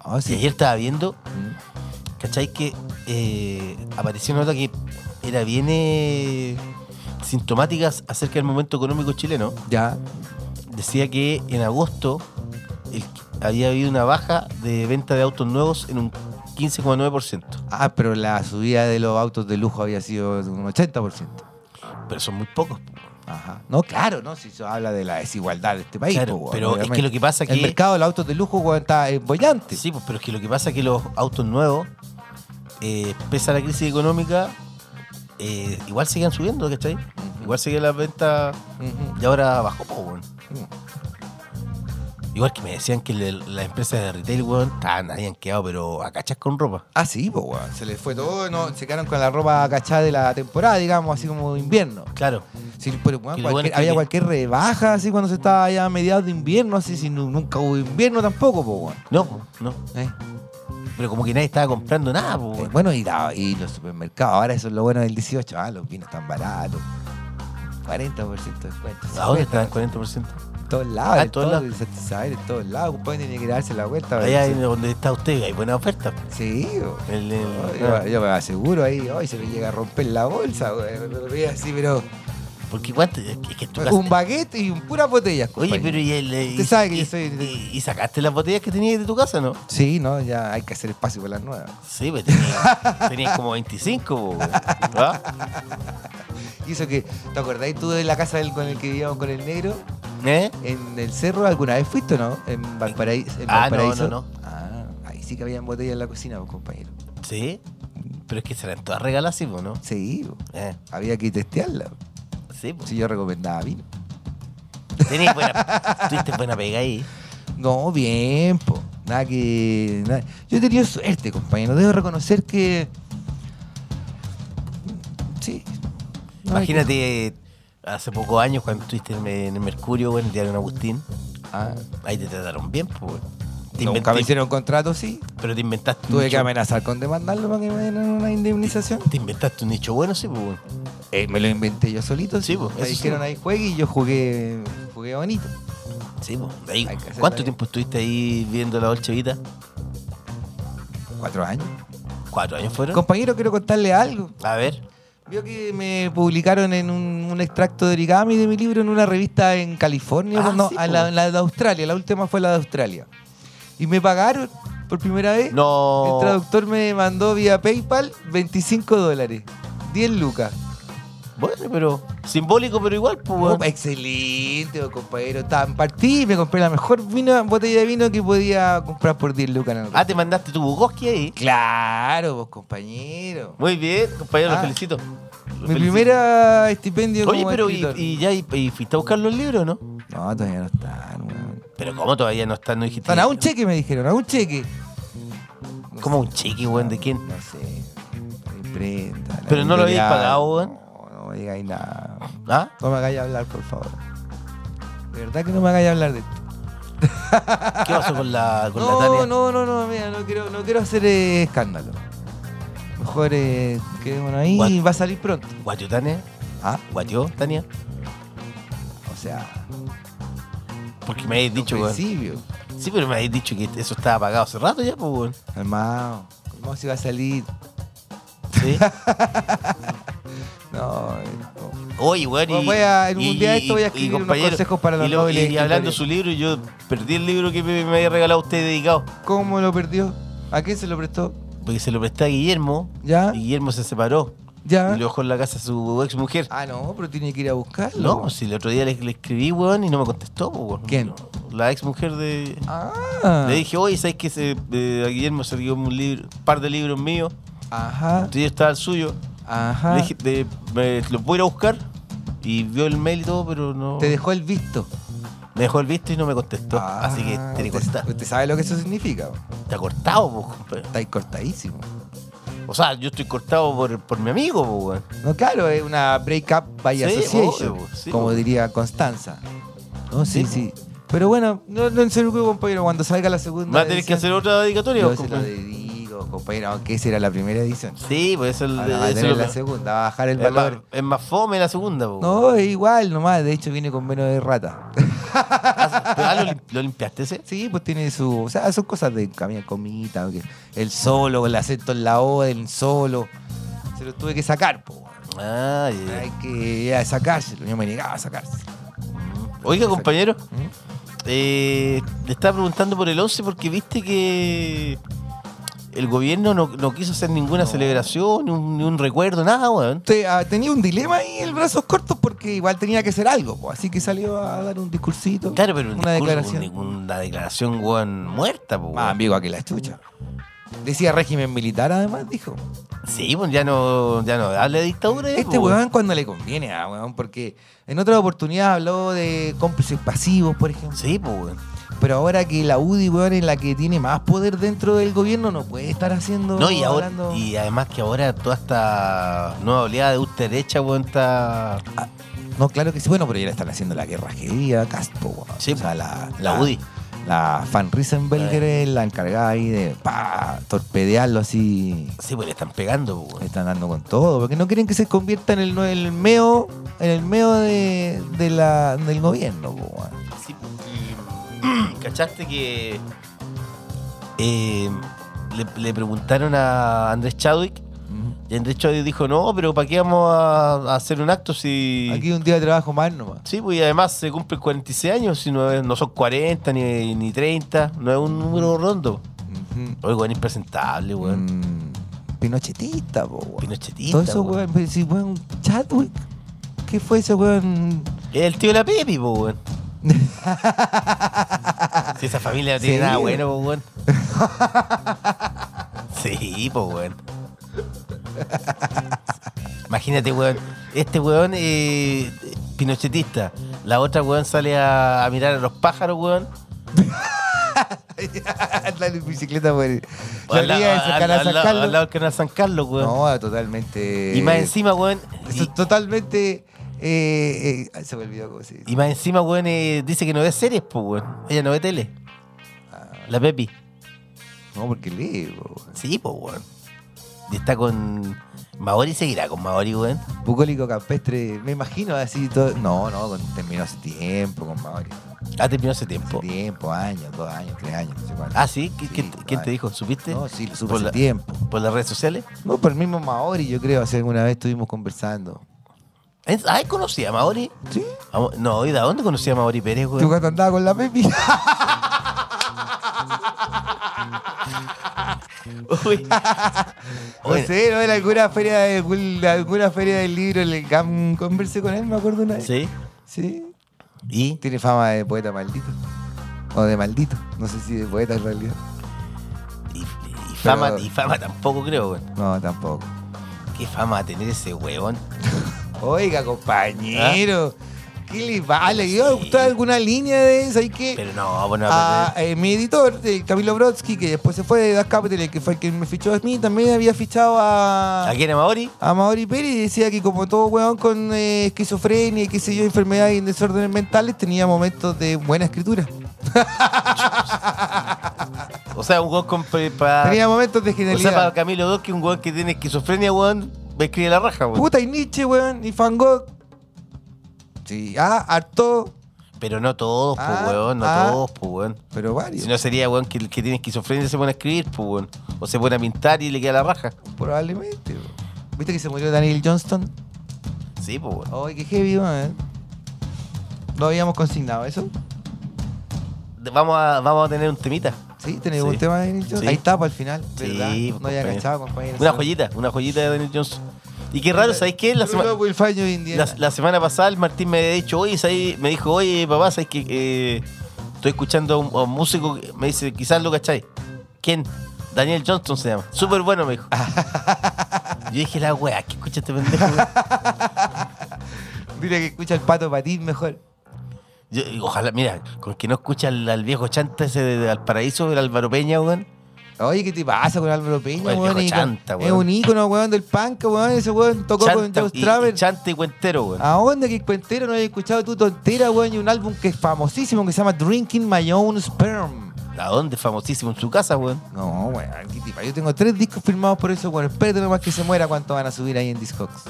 S3: No,
S2: Y
S3: sí.
S2: ayer estaba viendo,
S3: Mm.
S2: ¿cachai? Que eh, apareció una nota que era bien eh, sintomática acerca del momento económico chileno.
S3: Ya.
S2: decía que en agosto el- había habido una baja de venta de autos nuevos en un 15,9%.
S3: Ah, pero la subida de los autos de lujo había sido de un 80%.
S2: Pero son muy pocos. pues,
S3: Ajá. No, claro, ¿no? Si se habla de la desigualdad de este país.
S2: Claro,
S3: po, weón,
S2: pero es
S3: obviamente.
S2: que lo que pasa
S3: El
S2: que-
S3: mercado de los autos de lujo weón, está eh, bollante.
S2: Sí, pues, pero es que lo que pasa es que los autos nuevos, eh, pese a la crisis económica, eh, igual siguen subiendo, ¿cachai? Igual siguen las ventas
S3: Ujú.
S2: y ahora bajó, po, weón. Mm.
S3: Mm.
S2: Igual que me decían que le- las empresas de retail, weón, estaban, habían quedado, pero a cachas con ropa.
S3: Ah, sí, po, weón. Se les fue todo, no, se quedaron con la ropa cachada de la temporada, digamos, así como de invierno.
S2: Claro.
S3: Sí, pero, weón,
S2: Y lo
S3: cualquier-
S2: bueno es que-
S3: había cualquier rebaja así cuando se estaba ya a mediados de invierno, así si nu- nunca hubo invierno tampoco, po, weón.
S2: No, no.
S3: Eh.
S2: Pero como que nadie estaba comprando nada, po,
S3: Eh,
S2: weón.
S3: bueno, y, la- y los supermercados, ahora eso es lo bueno del 18, ah, los vinos están baratos. 40% de descuento.
S2: Ahora
S3: 50%.
S2: estaba en 40%.
S3: En todos
S2: Ah,
S3: lados,
S2: en
S3: en
S2: todos
S3: todos
S2: lados.
S3: lados. En todos lados, compadre, tenía que darse la vuelta.
S2: Allá
S3: ¿verdad?
S2: en donde está usted hay buena oferta.
S3: Sí, bo.
S2: El-
S3: No,
S2: el-
S3: yo, yo me aseguro ahí, hoy se me llega a romper la bolsa, güey. Me lo veía así, pero
S2: porque cuánto, es que- es que en tu casa-
S3: un baguette y un pura botella.
S2: Oye, pero y el y-
S3: Usted sabe que
S2: y-
S3: yo soy de-
S2: y, y sacaste las botellas que tenías de tu casa, ¿no?
S3: Sí, no, ya hay que hacer espacio para las nuevas.
S2: Sí, pues tenías, tenías como 25, po, weón. ¿Ah?
S3: Y eso que, ¿te acordáis tú de la casa del- con el que vivíamos con el negro?
S2: ¿Eh?
S3: En el cerro, ¿alguna vez fuiste o no? En Valparaíso. en
S2: Ah, no,
S3: Valparaíso.
S2: no, no.
S3: Ah, ahí sí que habían botellas en la cocina, pues, compañero.
S2: Sí. Pero es que se las todas regaladas, sí, po, ¿no?
S3: Sí, bo.
S2: Eh,
S3: había que testearla.
S2: sí, pues.
S3: Si yo recomendaba vino.
S2: Tenías buena, tuviste buena pega ahí.
S3: No, bien, po. Nada que. nada. Yo he tenido suerte, compañero. Debo reconocer que. Sí. No hay que-
S2: Imagínate hace pocos años cuando estuviste en, en el Mercurio, weón, en el diario Don Agustín.
S3: Ah,
S2: Ahí te trataron bien, pues. weón. Te
S3: nunca me
S2: inventé-
S3: hicieron contrato, sí.
S2: Pero te inventaste
S3: Tuve
S2: un
S3: que
S2: nicho,
S3: amenazar con demandarlo para que me dieran una indemnización.
S2: te inventaste un nicho bueno, sí, pues. weón.
S3: Eh, me lo inventé yo solito.
S2: Sí, po,
S3: Me
S2: eso sí.
S3: dijeron ahí juegue y yo jugué, jugué bonito.
S2: Sí, pues. Ahí,
S3: Hay que hacerlo
S2: ¿Cuánto
S3: bien.
S2: tiempo estuviste ahí viendo la Dolce Vita?
S3: Cuatro
S2: Ah.
S3: años.
S2: ¿Cuatro años fueron?
S3: Compañero, quiero contarle algo.
S2: A ver.
S3: Vio que me publicaron en un, un extracto de origami de mi libro en una revista en California,
S2: Ah,
S3: no,
S2: sí,
S3: a
S2: po.
S3: la, la de Australia, la última fue la de Australia. Y me pagaron por primera vez. ¿Eh? El
S2: No.
S3: traductor me mandó vía PayPal 25 dólares, 10 lucas.
S2: Bueno, pero Simbólico, pero igual, pues, weón.
S3: Oh, excelente, oh, compañero. Tan partí, me compré la mejor vino, botella de vino que podía comprar por 10 lucas. en el-
S2: Ah, te mandaste tu bugoski ahí.
S3: Claro, vos, compañero.
S2: Muy bien, compañero,
S3: Ah.
S2: lo felicito. Lo
S3: Mi
S2: felicito.
S3: primera estipendio
S2: Oye,
S3: como
S2: pero y,
S3: escritor.
S2: y ya y, y fuiste a buscar los libros, ¿no?
S3: No, todavía no están, weón.
S2: Pero ¿cómo todavía no están? No dijiste.
S3: Están a un cheque, me dijeron, a un cheque.
S2: ¿Cómo un cheque, weón? ¿De quién?
S3: No sé. la imprenta, la
S2: Pero no lo habéis
S3: editorial.
S2: pagado, weón.
S3: No, no me digáis nada.
S2: ¿Ah?
S3: No me hagáis hablar, por favor. De verdad que no me hagáis hablar de esto.
S2: ¿Qué pasó con la, con la
S3: No,
S2: Tania?
S3: no, no, no, mira, no quiero, no quiero hacer eh, escándalo. Mejor eh, quedémonos ahí
S2: What?
S3: y va a salir pronto.
S2: ¿Guatió Tania?
S3: Ah,
S2: ¿Guatió Tania?
S3: o sea,
S2: Porque me habéis dicho,
S3: al
S2: weón.
S3: principio.
S2: Sí, pero me habéis dicho que eso estaba pagado hace rato ya, pues, weón.
S3: Calmado. ¿Cómo si va a salir?
S2: Sí.
S3: No, eh, no.
S2: Oye, weón,
S3: Bueno,
S2: y,
S3: voy a- en un
S2: y-
S3: día de esto voy a
S2: y-
S3: escribir
S2: y,
S3: unos
S2: compañero,
S3: consejos para los
S2: y, lo- y-
S3: nobles
S2: y hablando
S3: escritores.
S2: de su libro, yo perdí el libro que me, me había regalado usted dedicado.
S3: ¿Cómo lo perdió? ¿A quién se lo prestó?
S2: Porque se lo presté a Guillermo.
S3: ¿Ya?
S2: Y Guillermo se separó.
S3: ¿Ya?
S2: Y lo dejó en la casa a su ex mujer.
S3: Ah, no, pero tiene que ir a buscarlo.
S2: no, si el otro día le, le escribí, weón, y no me contestó, pues, weón.
S3: ¿Quién?
S2: La ex mujer de.
S3: Ah.
S2: Le dije, oye, ¿sabes qué? Se- eh, a Guillermo se dio un libro, un par de libros míos.
S3: Ajá.
S2: El tuyo estaba el suyo.
S3: Ajá.
S2: Le dije, de- me- lo voy a ir a buscar. Y vio el mail y todo, pero no.
S3: Te dejó el visto.
S2: Me dejó el visto y no me contestó.
S3: Ah,
S2: Así que te
S3: usted,
S2: cortado.
S3: usted sabe lo que eso significa. po.
S2: Está cortado, po, compadre.
S3: Está ahí cortadísimo.
S2: O sea, yo estoy cortado por, por mi amigo, po, weón.
S3: No, claro, es una break-up by
S2: Sí,
S3: association,
S2: obvio, sí,
S3: como
S2: obvio.
S3: diría Constanza. No, sí,
S2: Sí,
S3: sí. Pero bueno, no, no se preocupe, compañero, cuando salga la segunda
S2: Va a tener que
S3: edición,
S2: hacer otra dedicatoria,
S3: Yo
S2: po,
S3: se lo
S2: compadre.
S3: dedico, compañero, aunque esa era la primera edición.
S2: Sí, pues eso es el-
S3: Ahora Ah, va a
S2: eso
S3: tener
S2: es lo
S3: la
S2: que-
S3: segunda, va a bajar el
S2: es más,
S3: valor.
S2: es más fome la segunda, po.
S3: No, es igual nomás, de hecho viene con menos de rata.
S2: Ah, pero, ah, lo, lim- lo limpiaste ese?
S3: Sí, pues tiene su. O sea, son cosas de camina comita, o que- el solo, el acento en la O, el solo. Se lo tuve que sacar, po.
S2: Ah, ya, ya.
S3: Hay que ya, sacárselo. Yo me negaba a sacárselo.
S2: Oiga, compañero,
S3: ¿Mm?
S2: eh, le estaba preguntando por el 11 porque viste que el gobierno no, no quiso hacer ninguna celebración, ni un, ni un recuerdo, nada, weón.
S3: Te- ah, tenía un dilema ahí el brazos cortos porque igual tenía que hacer algo, po, así que salió a dar un discursito.
S2: Claro, pero un
S3: una
S2: discurso, un-
S3: declaración. Ah,
S2: una declaración, weón, muerta, po,
S3: Más
S2: weón.
S3: ambigua que la chucha. Decía régimen militar, además, dijo.
S2: Sí, pues ya no, ya no habla de dictadura. ya,
S3: Este
S2: pues,
S3: weón cuando le conviene, ah, weón, porque en otra oportunidad habló de cómplices pasivos, por ejemplo.
S2: Sí, pues, weón.
S3: Pero ahora que la UDI, weón, es la que tiene más poder dentro del gobierno, no puede estar haciendo.
S2: No, y, ahora,
S3: hablando-
S2: y además que ahora toda esta nueva oleada de ultra derecha, weón, está.
S3: No, claro que sí. Bueno, pero ya le están haciendo la guerra Gería, Caspo, weón.
S2: Sí,
S3: o sea, la,
S2: La UDI.
S3: La Fan Riesenberger
S2: Eh.
S3: es la encargada ahí de pa, torpedearlo así.
S2: Sí, pues le están pegando, pues,
S3: Le
S2: weón.
S3: Están dando con todo, porque no quieren que se convierta en el, nue- el meo, en el meo de, de la, del gobierno. po, weón.
S2: Sí, y, ¿Cachaste que eh, le, le preguntaron a Andrés Chadwick? Y Andrés Chadwick dijo, no, pero ¿para qué vamos a, a hacer un acto si...
S3: Aquí un día de trabajo más nomás.
S2: Sí, pues y además se cumplen 46 años, si no, es- no son 40 ni, ni 30, no es un número rondo.
S3: Ujú.
S2: Oye, weón, impresentable, weón.
S3: Mm, Pinochetista, po, weón.
S2: Pinochetista,
S3: Todo eso,
S2: weón.
S3: weón. pero si, weón, Chadwick. ¿Qué fue ese weón?
S2: Es el tío de la Pepi, po, weón. si esa familia no tiene
S3: Sí.
S2: nada bueno, po, weón. Sí, po, weón. Imagínate, weón. Este weón eh, pinochetista. La otra weón sale a, a mirar a los pájaros, weón.
S3: Andar en bicicleta, weón. La
S2: Al lado-
S3: ría de sacar
S2: al-
S3: a
S2: al lado-
S3: sacarlo.
S2: al lado del canal San Carlos, weón.
S3: No, totalmente.
S2: y más encima, weón.
S3: Eso
S2: Y,
S3: es totalmente. eh, eh, ay, se me olvidó cómo se dice.
S2: y más encima, weón, eh, dice que no ve series, po, weón. Ella no ve tele.
S3: Ah.
S2: La Pepi.
S3: No, porque lee, po, weón.
S2: Sí, pues, weón. Y está con. Maori seguirá con Maori, weón.
S3: Bucólico campestre, me imagino así todo. No, no, con, terminó hace tiempo, con Mauri.
S2: Ha terminado hace
S3: Hace
S2: tiempo.
S3: tiempo, años, dos años, tres años, no sé cuánto.
S2: Ah, sí. ¿Qui-
S3: Sí,
S2: ¿Quién,
S3: dos
S2: quién te
S3: años.
S2: dijo? ¿Supiste?
S3: No, sí, lo supe
S2: por
S3: hace
S2: la-
S3: tiempo.
S2: ¿Por las redes sociales?
S3: No, por el mismo Maori, yo creo, si alguna vez estuvimos conversando.
S2: ¿Es- Ah, conocí a Maori.
S3: ¿Sí?
S2: Ah, No, ¿y de dónde conocí a Maori Pérez,
S3: ¿Tú
S2: weón?
S3: cuando andabas con la Pepi?
S2: Uy.
S3: No
S2: Bueno.
S3: sé, ¿no? En alguna feria, de, algún- alguna feria del libro, en el GAM conversé con él, me acuerdo una vez.
S2: ¿Sí?
S3: Sí.
S2: ¿Y?
S3: Tiene fama de poeta maldito. O de maldito. No sé si de poeta en realidad.
S2: Y, y fama,
S3: Pero-
S2: y fama tampoco creo, weón.
S3: No, tampoco.
S2: ¿Qué fama va a tener ese huevón?
S3: Oiga, compañero.
S2: ¿Ah?
S3: ¿Qué le vale? ¿Iba a gustar alguna línea de esa? ¿Y qué?
S2: Pero no, bueno,
S3: a, eh, mi editor, eh, Camilo Brodsky, que después se fue de Das Capital, el que fue el que me fichó a mí, también había fichado a,
S2: ¿A quién Amaori?
S3: a Mauri Pérez y decía que como todo weón con eh, esquizofrenia y qué sé yo, enfermedades y desórdenes mentales, tenía momentos de buena escritura.
S2: O sea, un huevón con. pre- pa-
S3: Tenía momentos de
S2: Ah, o sea, para
S3: genialidad.
S2: Camilo Doc, que un huevón que tiene esquizofrenia, huevón, me escribe la raja, huevón.
S3: Puta, y Nietzsche, weón, y Van Gogh. Sí, ah, harto,
S2: Pero no todos, pues,
S3: Ah,
S2: huevón, no
S3: ah.
S2: todos, pues, huevón.
S3: pero varios.
S2: Si no sería, huevón, que el que tiene esquizofrenia se pone a escribir, pues, huevón. O se pone a pintar y le queda la raja.
S3: Probablemente. weón. ¿Viste que se murió Daniel Johnston?
S2: Sí, pues, huevón.
S3: Ay, qué heavy, weón. eh. ¿Lo habíamos consignado eso?
S2: Vamos a, vamos a tener un temita.
S3: Sí, tenés
S2: Sí.
S3: un tema de Daniel Johnston.
S2: Sí.
S3: Ahí está, para el final,
S2: Sí, pues,
S3: ¿verdad? No había
S2: compañero.
S3: cachado, compañero.
S2: Una joyita, una joyita de Daniel Johnson. Y qué raro, ¿sabéis qué? La,
S3: La
S2: sema- la, la semana pasada el Martín me había dicho, oye, ¿sabes? me dijo, oye, papá, ¿sabes que eh, estoy escuchando a un, a un músico? que- Me dice, quizás lo cacháis. ¿Quién? Daniel Johnston se llama. Súper bueno, me dijo. Yo dije, la weá, ¿qué escucha este pendejo? weón?"
S3: Dile que escucha el pato patín mejor.
S2: Yo, y ojalá, mira, con que no escucha al, al viejo chanta ese de, de Valparaíso, el Álvaro Peña, weón.
S3: Oye, ¿qué te pasa con Álvaro Peña,
S2: Oye, el
S3: weón?
S2: viejo
S3: Y con-
S2: chanta,
S3: Es
S2: weón.
S3: un ícono, weón, del punk, weón. Ese weón tocó con
S2: Chanta
S3: Joe Ah.
S2: y, y
S3: Straver.
S2: chanta y cuentero, weón.
S3: ¿A dónde que cuentero no hayas escuchado tu tontera, weón? Y un álbum que es famosísimo que se llama Drinking My Own Sperm.
S2: ¿A dónde? Famosísimo en su casa, weón.
S3: No, weón, qué tipa. Yo tengo tres discos firmados por eso, weón. Espérate nomás que se muera cuánto van a subir ahí en Discogs.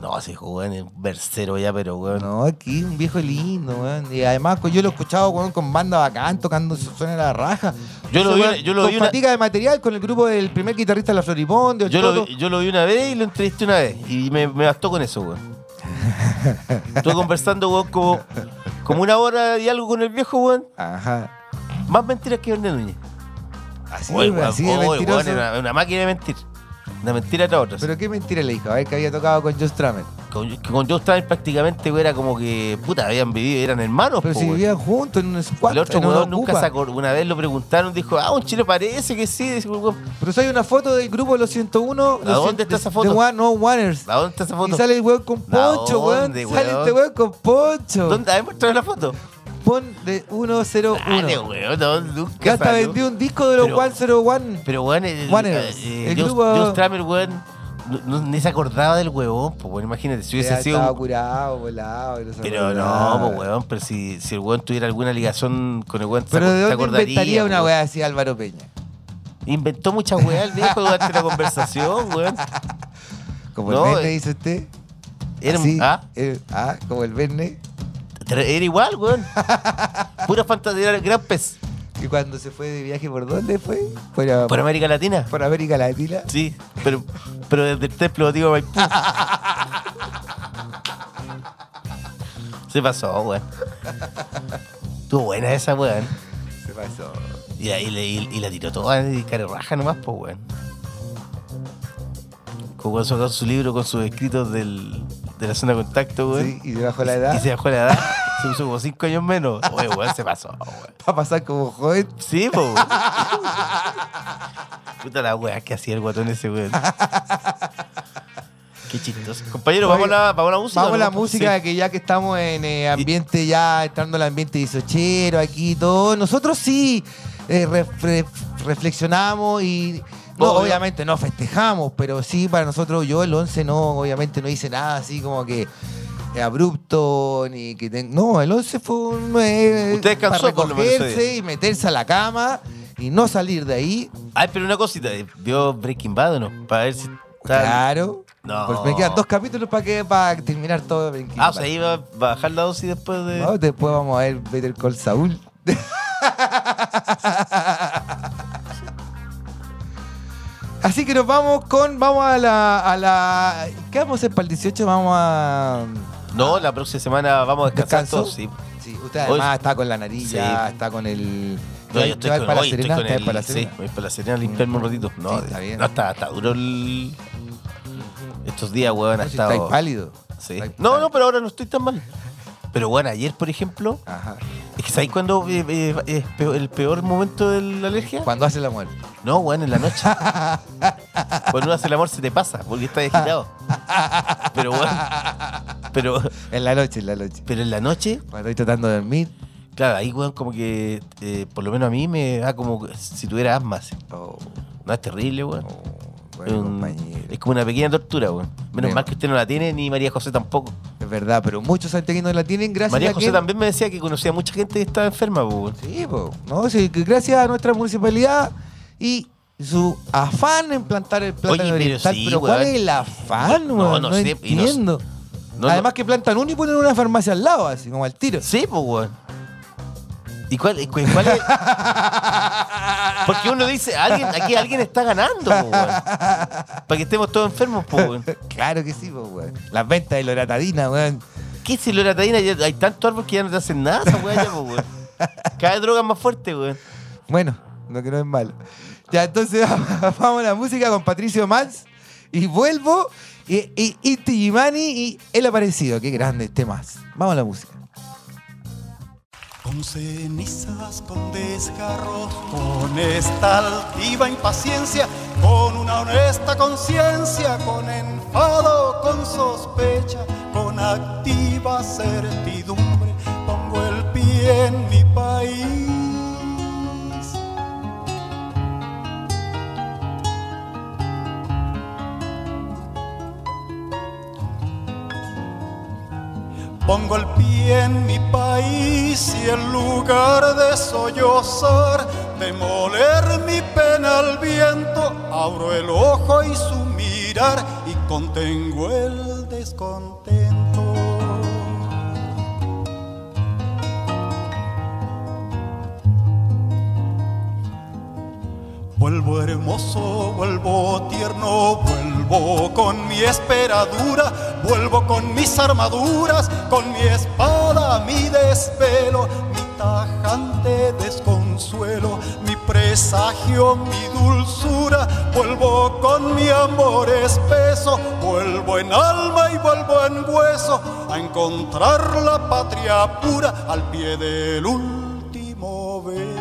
S2: No, ese weón es versero ya, pero weón.
S3: No, aquí un viejo lindo, weón. Y además co- yo lo he escuchado, weón, con banda bacán, tocando su suena la raja.
S2: Yo lo
S3: Ese
S2: vi-
S3: weón,
S2: yo lo
S3: con
S2: vi una-
S3: fatiga de material con el grupo del primer guitarrista de la Floribón, de
S2: Yo lo,
S3: Ochoto.
S2: vi, yo lo vi una vez y lo entrevisté una vez. Y me, me bastó con eso, weón. Estuve conversando, weón, como, como una hora de algo con el viejo, weón.
S3: Ajá.
S2: Más mentiras que Verne Núñez.
S3: Así,
S2: Oye,
S3: weón,
S2: weón,
S3: así de
S2: oye, weón,
S3: mentiroso.
S2: era una, era una máquina de mentir. Una mentira tras otra.
S3: Pero qué mentira le dijo, a ver que había tocado con Joe Strummer.
S2: Con, que con Joe Strummer prácticamente, weón, era como que, puta, habían vivido, eran hermanos,
S3: Pero
S2: po,
S3: si
S2: weón.
S3: vivían juntos en un squad,
S2: pues. El otro
S3: en una
S2: weón nunca
S3: ocupa.
S2: se acordó. Una vez lo preguntaron, dijo, ah, un chile parece que sí. Dice, weón,
S3: Pero si hay una foto del grupo de los 101. los
S2: dónde
S3: cien-
S2: está esa
S3: de-
S2: foto?
S3: De One, no Oneers.
S2: ¿A dónde está esa foto?
S3: Y sale el weón con
S2: ¿A
S3: poncho, weón.
S2: dónde,
S3: Sale
S2: weón?
S3: este weón con poncho.
S2: ¿Dónde? A ver, muéstrame la foto.
S3: Pon de 101.
S2: Dale, weón, no, nunca
S3: que hasta
S2: salió.
S3: vendió un disco de los
S2: Pero-
S3: 101.
S2: Pero, weón, el,
S3: Juanes,
S2: eh, eh,
S3: el
S2: Joe-
S3: grupo-
S2: Joe Stramer, weón, no- no- ni se acordaba del huevón, pues, weón, imagínate, si hubiese
S3: Ya
S2: sido...
S3: Estaba
S2: un-
S3: curado, volado. y se
S2: Pero no,
S3: acordaba.
S2: pues, weón, pero si, si el weón tuviera alguna ligación con el weón, se
S3: Pero
S2: acor-
S3: ¿de
S2: se
S3: dónde
S2: acordaría,
S3: inventaría una
S2: weón.
S3: weá así Álvaro Peña?
S2: Inventó muchas weas el viejo durante la conversación, weón.
S3: Como
S2: No,
S3: el Verne,
S2: eh,
S3: dice usted.
S2: Era,
S3: Así,
S2: ah,
S3: eh, ah, como el Verne.
S2: era igual, weón. Pura fantasía, era gran pez.
S3: Que cuando se fue de viaje, ¿por dónde fue? Por, a-
S2: Por América Latina.
S3: por América Latina.
S2: Sí, pero, pero desde el templo digo Maipú. Se pasó, weón. Estuvo buena esa, weón.
S3: Se pasó.
S2: Y, ahí le- y- y la tiró toda de cara raja nomás, pues, weón. Como cuando sacó su libro con sus escritos del, de la zona de contacto,
S3: Sí,
S2: weón.
S3: y debajo la edad.
S2: Y se bajó la edad. Se puso como 5 años menos. Oye, weón, se pasó, weón.
S3: Va a pasar como joven.
S2: Sí, po. weón. Puta la weá que hacía el guatón ese weón. Qué chistoso. Compañero, vamos a la, vamos a la música.
S3: Vamos a la
S2: ¿no?
S3: música,
S2: Sí.
S3: que ya que estamos en eh, ambiente, ya entrando al ambiente disochero aquí y todo. Nosotros sí eh, ref- ref- reflexionamos y. No,
S2: Obvio.
S3: obviamente no festejamos, pero sí para nosotros, yo el 11 no, obviamente no hice nada así como que eh, abrupto, ni que ten- No, el 11 fue un. eh,
S2: Usted descansó,
S3: para
S2: por lo menos, ese
S3: recogerse y meterse a la cama y no salir de ahí.
S2: Ay, pero una cosita. eh, ¿Vio Breaking Bad o no? Para ver si. está-
S3: Claro.
S2: No.
S3: Pues me quedan dos capítulos para que para terminar todo. Breaking
S2: Ah, o sea,
S3: Bad.
S2: iba a bajar la dosis después de.
S3: No, después vamos a ver Better Call Saúl. Así que nos vamos con. Vamos a la. A la ¿Qué vamos a hacer para el 18? Vamos a.
S2: No, la próxima semana vamos a descansar
S3: ¿Descanso?
S2: todos, sí.
S3: Sí, usted además
S2: Hoy-
S3: está con la nariz, ya
S2: Sí.
S3: está con el.
S2: No,
S3: ¿Te
S2: yo estoy
S3: vas
S2: con,
S3: para La
S2: hoy estoy
S3: Serena?
S2: con
S3: ¿Te vas
S2: el-
S3: para La
S2: Sí,
S3: Serena?
S2: voy para la Serena a limpiarme un ratito. No,
S3: Sí, está bien.
S2: no está, está duro el... Estos días, weón, ha
S3: No, si
S2: estado...
S3: estáis pálido.
S2: Sí.
S3: Estáis
S2: No,
S3: pálido.
S2: no, pero ahora no estoy tan mal. Pero bueno, ayer, por ejemplo,
S3: Ajá.
S2: es que ¿sabéis cuándo eh, eh, es peor- el peor momento de la alergia?
S3: Cuando hace la muerte.
S2: No, weón, en la noche. Cuando uno hace el amor se te pasa, porque estás agitado. Pero weón, pero,
S3: En la noche, en la noche.
S2: pero en la noche,
S3: Cuando estoy tratando de dormir.
S2: claro, ahí weón como que, eh, por lo menos a mí me da como si tuviera asma. así.
S3: Oh,
S2: No, es terrible, weón.
S3: oh,
S2: Es
S3: buen
S2: un-
S3: compañero.
S2: es como una pequeña tortura, weón. Menos
S3: Bien.
S2: mal que usted no la tiene, ni María José tampoco.
S3: Es verdad, pero muchos santiaguinos la tienen gracias
S2: María
S3: a
S2: José
S3: quién?
S2: también me decía que conocía a mucha gente que estaba enferma, po, weón.
S3: Sí, po. No, sí, que gracias a nuestra municipalidad y su afán en plantar el plátano
S2: Oye, pero
S3: oriental.
S2: sí,
S3: pero ¿cuál
S2: weón.
S3: es el afán,
S2: No,
S3: weón?
S2: no
S3: No,
S2: sé, y no-
S3: entiendo.
S2: No, no.
S3: Además que plantan uno y ponen una farmacia al lado, así como al tiro.
S2: Sí, pues, weón. ¿Y cuál, y cu- cuál es? Porque uno dice, alguien, aquí alguien está ganando, po, weón. Para que estemos todos enfermos, po, weón.
S3: Claro que sí, po, weón. Las ventas de loratadina, weón.
S2: ¿Qué si la Tadina? Ya- Hay tantos árboles que ya no te hacen nada, esa weá ya, po, weón. Cada droga es más fuerte, weón.
S3: Bueno, no que no es malo. Ya, entonces vamos a la música con Patricio Mans y vuelvo. Y, y Inti Gimani y El Aparecido. Qué grande temas. Vamos a la música.
S4: Con cenizas, con desgarro, con esta altiva impaciencia, con una honesta conciencia, con enfado, con sospecha, con activa certidumbre, pongo el pie en mi país. Pongo el pie en mi país y en lugar de sollozar, de moler mi pena al viento, abro el ojo y su mirar y contengo el descontento. Vuelvo hermoso, vuelvo tierno, vuelvo con mi esperadura, vuelvo con mis armaduras, con mi espada, mi desvelo, mi tajante desconsuelo, mi presagio, mi dulzura, vuelvo con mi amor espeso, vuelvo en alma y vuelvo en hueso a encontrar la patria pura al pie del último beso.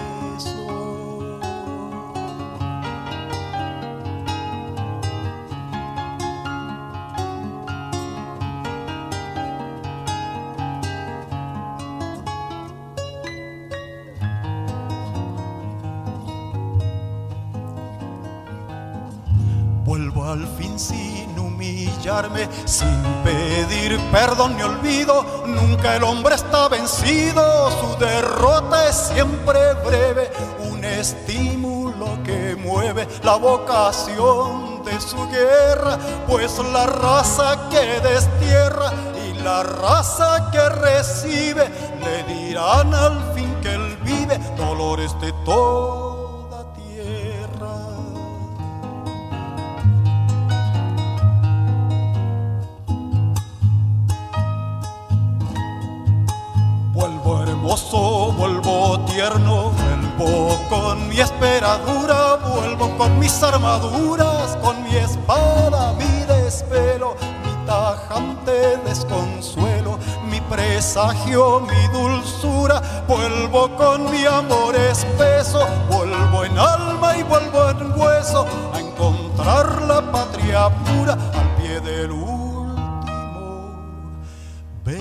S4: Vuelvo al fin sin humillarme, sin pedir perdón ni olvido. Nunca el hombre está vencido, su derrota es siempre breve. Un estímulo que mueve la vocación de su guerra, pues la raza que destierra y la raza que recibe le dirán al fin que él vive dolores de toda tierra. Vuelvo hermoso, vuelvo tierno, vuelvo con mi esperadura, vuelvo con mis armaduras, con mi espada, mi desvelo, mi tajante desconsuelo, mi presagio, mi dulzura, vuelvo con mi amor espeso, vuelvo en alma y vuelvo en hueso a encontrar la patria pura al pie del último beso.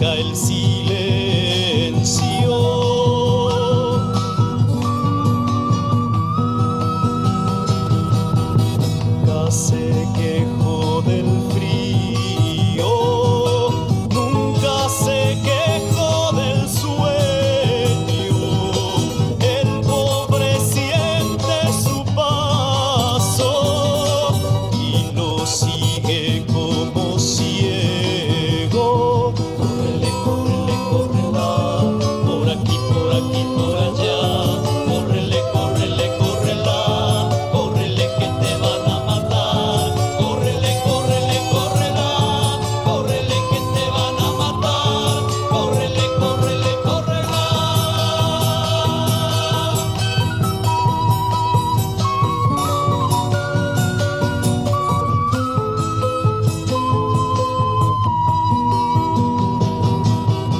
S5: el silencio. nunca se quejó del frío, nunca se quejó del sueño. El pobre siente su paso y lo sigue como ciego. Córrele, córrele, córrela, por aquí, por aquí, por allá. Córrele, córrele, córrela, córrele que te van a matar. Córrele, córrele, córrela, córrele que te van a matar. Córrele, córrele, córrela.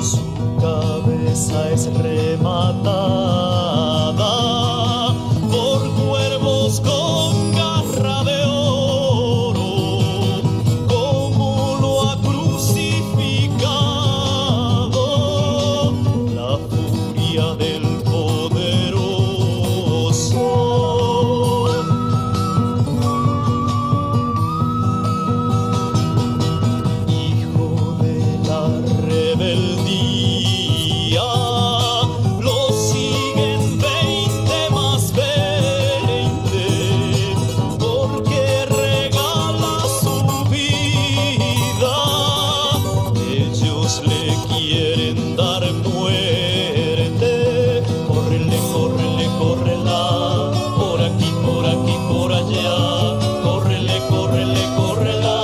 S5: su cabeza es rematada por cuervos con garra de oro, como lo ha crucificado la furia del poderoso. Hijo de la rebeldía, lo siguen veinte más veinte, porque regala su vida. Ellos le quieren dar muerte. Córrele, córrele, córrela, por aquí, por aquí, por allá. Córrele, córrele, córrela,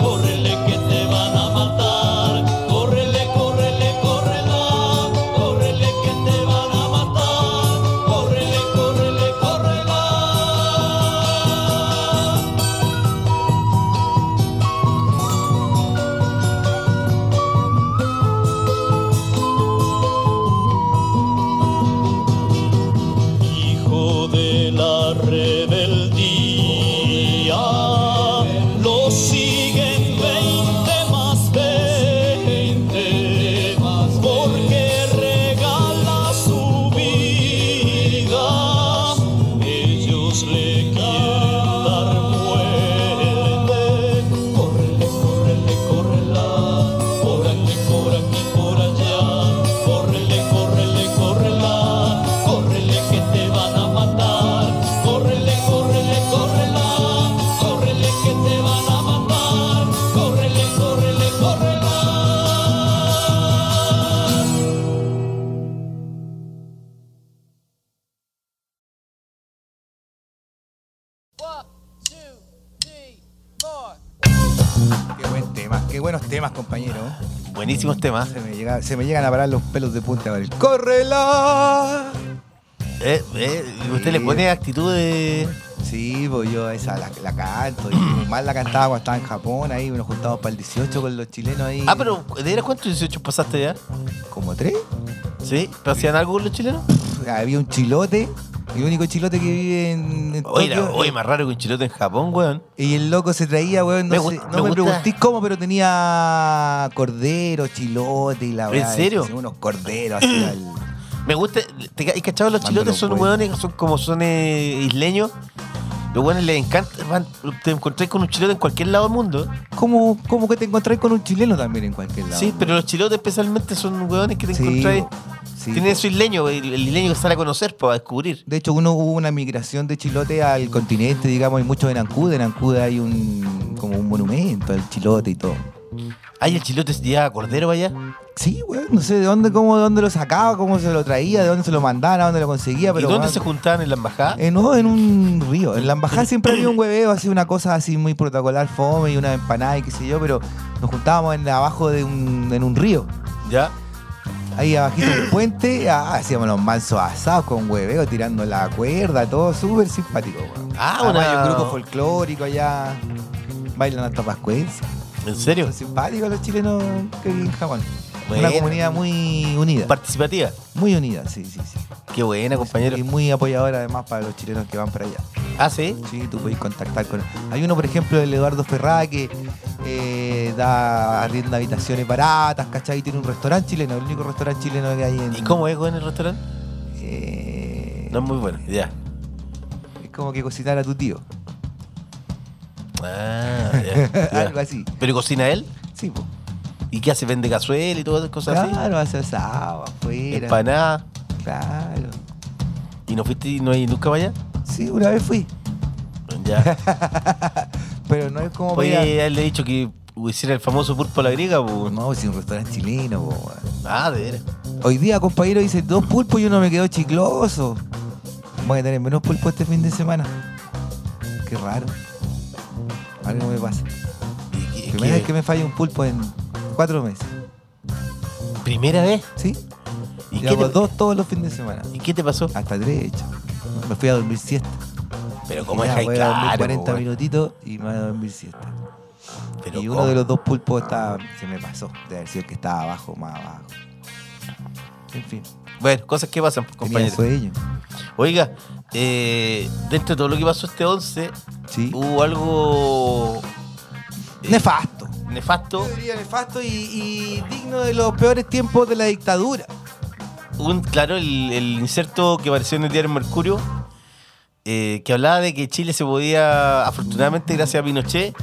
S5: córrele que te van a matar. Córrele, córrele, córrela, córrele que te van a matar. Córrele, córrele, córrela. hijo de la rebeldía. Lo siguen veinte más veinte, porque regala su vida. Ellos le quieren dar muerte. Córrele, córrele, córrela, por aquí, por aquí, por allá. Córrele, córrele, córrela, córrele que te van a matar. Córrele, córrele, córrela, córrele que te van a matar. Córrele, córrele, córrela.
S3: Qué buen tema, qué buenos temas, compañero.
S2: Buenísimos temas.
S3: Se me, llega- se me llegan a parar los pelos de punta. Gabriel. ¡Córrela!
S2: Eh, eh, y usted le pone actitud de.
S3: Sí, pues yo esa la, la canto. Y más la cantaba cuando estaba en Japón, ahí nos juntábamos para el 18 con los chilenos ahí.
S2: Ah, pero ¿de veras cuántos 18 pasaste ya?
S3: ¿Como tres?
S2: ¿Sí? ¿Pero hacían algo los chilenos?
S3: Había un chilote, el único chilote que vive en, en
S2: Oye, era-
S3: Tokio.
S2: oye, más raro que un chilote en Japón, weón.
S3: Y el loco se traía, weón,
S2: Me
S3: no sé-
S2: gusta-
S3: no
S2: me
S3: me,
S2: gusta.
S3: pregunté cómo, pero tenía cordero, chilote y la
S2: ¿En
S3: weá,
S2: serio?
S3: así, unos corderos así al-
S2: Me gusta, te, ca- ¿y cachado? Los
S3: Mándalo,
S2: chilotes son
S3: weón.
S2: hueones, son como son eh, isleños. Los hueones les encanta, van- te encontrás con un chilote en cualquier lado del mundo.
S3: ¿Cómo, cómo que te encontrás con un chileno también en cualquier lado?
S2: sí, pero los chilotes especialmente son hueones que te
S3: Sí,
S2: encontrás.
S3: sí,
S2: Tienen su isleño, el, el isleño que sale a conocer, pues, a descubrir.
S3: De hecho, uno hubo una migración de chilote al continente, digamos, y muchos en Ancuda. En Ancuda hay un como un monumento al chilote y todo.
S2: Ay, el chilote lleva cordero allá.
S3: Sí, weón, no sé de dónde, cómo, de dónde lo sacaba, cómo se lo traía, de dónde se lo mandaban, a dónde lo conseguía, pero
S2: ¿Y dónde
S3: weón,
S2: se juntaban en la embajada?
S3: Eh, no, en un río. En la embajada siempre había un hueveo, así una cosa así muy protocolar, fome y una empanada y qué sé yo, pero nos juntábamos en, abajo de un, en un río.
S2: Ya.
S3: Ahí abajito del puente, ah, hacíamos los mansos asados con hueveo, tirando la cuerda, todo súper simpático. weón.
S2: Ah,
S3: Además,
S2: una-
S3: hay un grupo folclórico allá. Bailan hasta pascuense.
S2: ¿En serio?
S3: Son simpáticos los chilenos que viven en Japón.
S2: Bueno.
S3: Una comunidad muy unida.
S2: Participativa.
S3: Muy unida, sí, sí, sí.
S2: Qué buena, compañero.
S3: Y muy apoyadora además para los chilenos que van para allá.
S2: Ah, sí.
S3: Sí, tú podés contactar con Hay uno, por ejemplo, el Eduardo Ferrada, que eh, les da arrienda habitaciones baratas, ¿cachai? Y tiene un restaurante chileno, el único restaurante chileno que hay en.
S2: ¿Y cómo es, weón, el restaurante?
S3: Eh,
S2: No es muy bueno, ya.
S3: Es como que cocinar a tu tío.
S2: Ah, ya. ya.
S3: Algo así.
S2: ¿Pero cocina él?
S3: Sí, pues.
S2: ¿Y qué hace? ¿Vende cazuela y todas esas cosas así?
S3: Claro, hace asado, afuera.
S2: Empanada.
S3: Claro.
S2: ¿Y no fuiste y no hay nunca para allá?
S3: Sí, una vez fui.
S2: Ya.
S3: Pero no es como
S2: Oye,
S3: para ir
S2: a él le he dicho que hiciera el famoso pulpo a la griega,
S3: a-
S2: pues.
S3: No, si un restaurante chileno, po, weón.
S2: Ah, de veras.
S3: Hoy día, compañero, hice dos pulpos y uno me quedó chicloso. Voy a tener menos pulpo este fin de semana. Qué raro. Algo me pasa.
S2: Y- y-
S3: Primera
S2: que-
S3: vez que me falla un pulpo en cuatro meses.
S2: ¿Primera vez?
S3: ¿Sí?
S2: ¿Y
S3: Yo
S2: qué,
S3: hago
S2: te...
S3: dos todos los fines de semana.
S2: ¿Y qué te pasó?
S3: Hasta tres he hecho. Me fui a dormir siesta. Ah,
S2: Pero cómo
S3: Ya,
S2: es
S3: voy a dormir
S2: claro,
S3: 40
S2: weón.
S3: minutitos y me voy a dormir siesta.
S2: Pero
S3: y uno
S2: cómo.
S3: de los dos pulpos estaba, se me pasó. De haber sido el que estaba abajo, más abajo. En fin,
S2: Bueno, cosas que pasan,
S3: compañero. tenía
S2: compañeros.
S3: sueño.
S2: Oiga, eh, dentro de todo lo que pasó este 11,
S3: Sí.
S2: hubo algo Uh, eh,
S3: nefasto.
S2: nefasto.
S3: Yo diría nefasto y, y digno de los peores tiempos de la dictadura.
S2: Un, claro, el, el inserto que apareció en el diario Mercurio, eh, que hablaba de que Chile se podía, afortunadamente, gracias a Pinochet,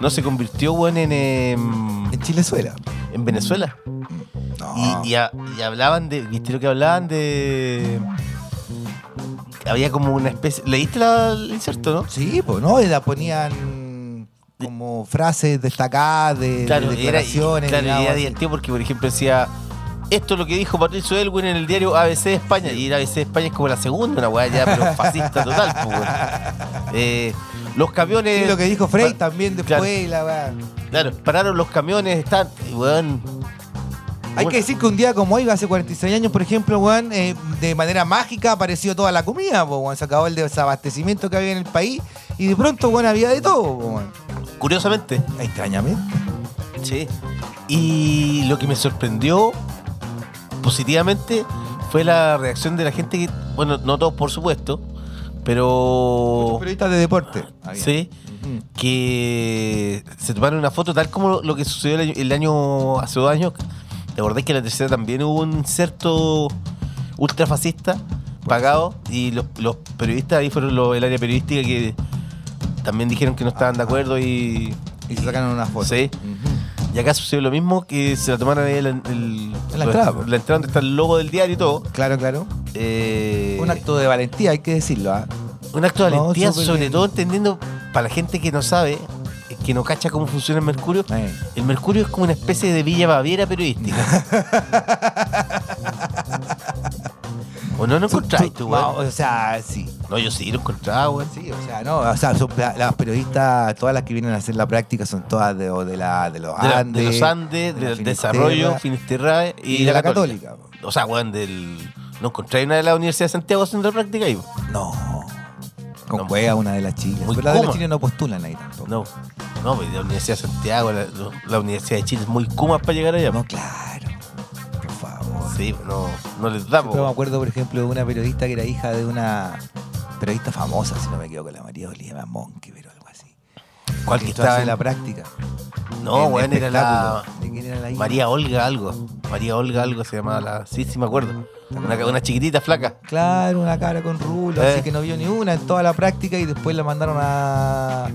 S2: no se convirtió bueno, en, eh,
S3: En Chilezuela.
S2: en Venezuela.
S3: No.
S2: Y, y ha- y hablaban de. ¿Viste lo que hablaban de.? Había como una especie. ¿Leíste la- el inserto, no?
S3: Sí, pues no, y la ponían como frases destacadas de, de
S2: Claro, era, y-
S3: declaraciones.
S2: claro, y
S3: digamos,
S2: era
S3: así.
S2: divertido porque, por ejemplo, decía. Esto es lo que dijo Patricio Elwin en el diario ABC de España. Y el ABC de España es como la segunda, una weá ya, pero fascista total. po, weón. Eh, los camiones.
S3: Sí, lo que dijo Frey
S2: Pa-
S3: también después. la weá.
S2: Claro, pararon los camiones, están. y, weón,
S3: Hay
S2: Bueno.
S3: que decir que un día como hoy, hace 46 años, por ejemplo, weón, eh, de manera mágica apareció toda la comida, po, weón. Se acabó el desabastecimiento que había en el país y de pronto, weón, había de todo, po, weón.
S2: Curiosamente.
S3: Extrañamente.
S2: Sí. Y lo que me sorprendió positivamente fue la reacción de la gente que, bueno, no todos por supuesto, pero
S3: Periodistas de deporte.
S2: Oh. sí,
S3: Mm.
S2: que se tomaron una foto tal como lo que sucedió el año, el año- hace dos años. ¿Te acordás que en la tercera también hubo un cierto ultrafascista pagado? Y los, los periodistas, ahí fueron los, el área periodística que también dijeron que no estaban de acuerdo y
S3: Y se sacaron una foto.
S2: Sí.
S3: Ujú.
S2: y acá sucedió lo mismo que se la tomaron ahí el, el-
S3: En la entrada, po.
S2: La entrada donde está el logo del diario y todo.
S3: Claro, claro.
S2: Eh,
S3: Un acto de valentía, hay que decirlo. ¿ah?
S2: un acto de
S3: No,
S2: valentía,
S3: súper
S2: sobre
S3: bien.
S2: todo entendiendo para la gente que no sabe, eh, que no cacha cómo funciona el Mercurio.
S3: Eh.
S2: El Mercurio es como una especie de Villa Baviera periodística. ¿O no lo encontráis tú,
S3: No,
S2: weón?
S3: o sea, sí.
S2: No, yo sí lo encontraba, weón.
S3: Sí, o sea, no, o sea, son pla- las periodistas, todas las que vienen a hacer la práctica son todas de, o de, la, de los
S2: De, la- de
S3: Andes.
S2: los Andes,
S3: de la
S2: del
S3: Finisterra
S2: desarrollo, Finisterrae y,
S3: y de la Católica.
S2: O sea, weón, del. No encontré una de la Universidad de Santiago haciendo la práctica ahí.
S3: No. Con
S2: No.
S3: Cueva, una de las chiles.
S2: Muy
S3: Pero las de las
S2: Kuma.
S3: chiles no postulan ahí tampoco.
S2: No, no, pues, la Universidad de Santiago, la, la Universidad de Chile es muy cuma para llegar allá.
S3: No, claro. Por favor.
S2: Sí, no, no les da, po.
S3: Pero me acuerdo, por ejemplo, de una periodista que era hija de una periodista famosa, si no me equivoco, la María Olivia Monque, pero algo así.
S2: ¿Cuál que
S3: Que
S2: estaba
S3: estaba en
S2: en-
S3: la práctica.
S2: No,
S3: En
S2: weón, era la.
S3: espectáculo. ¿De quién era la hija?
S2: María Olga algo. María Olga algo se llamaba la. Sí, sí, me acuerdo. Una, una chiquitita flaca.
S3: Claro, una cara con rulo,
S2: Eh.
S3: así que no vio ni una en toda la práctica y después la mandaron a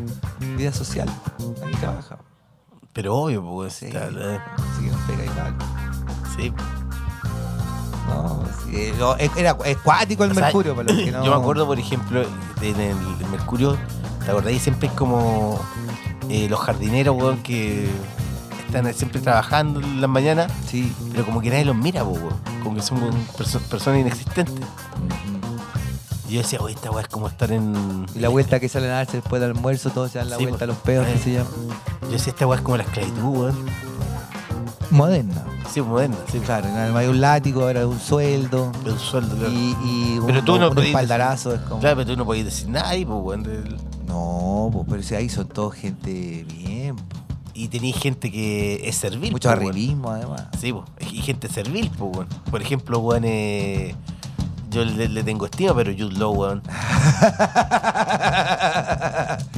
S3: vida social. Ahí trabaja.
S2: Pero obvio, pues.
S3: Sí.
S2: Sí. eh,
S3: Así que nos pega igual.
S2: sí.
S3: No, sí, no, es- era es cuático el
S2: O sea,
S3: mercurio, para los que no.
S2: Yo me acuerdo, por ejemplo, en el Mercurio, ¿te acordás? Y siempre es como eh, los jardineros, weón, que están siempre trabajando en las mañanas,
S3: Sí.
S2: pero como que nadie los mira, po, weón. Como que son weón, perso- personas inexistentes. Y yo decía, oye, esta weá es como estar en.
S3: Y la vuelta que salen a darse después del almuerzo, todos se dan la
S2: Sí,
S3: vuelta a
S2: pues.
S3: los peos, que
S2: Eh.
S3: se llama.
S2: Yo decía, esta weá es como la esclavitud, weón.
S3: Moderna.
S2: Sí, moderna, sí.
S3: Claro, no hay un látigo, era un sueldo.
S2: El sueldo, claro.
S3: Y, y un,
S2: Pero tú no
S3: un
S2: podías-
S3: espaldarazo es como.
S2: Claro, pero tú no podías decir nada ahí, po, weón. del-
S3: No, pues, pero si ahí son todos gente bien. po.
S2: Y tenías gente que es servil.
S3: Mucho
S2: po, weón.
S3: arribismo, además.
S2: Sí, po. y gente servil, po, weón. Por ejemplo, weón, eh, yo le, le tengo estima, pero Jude Law, weón.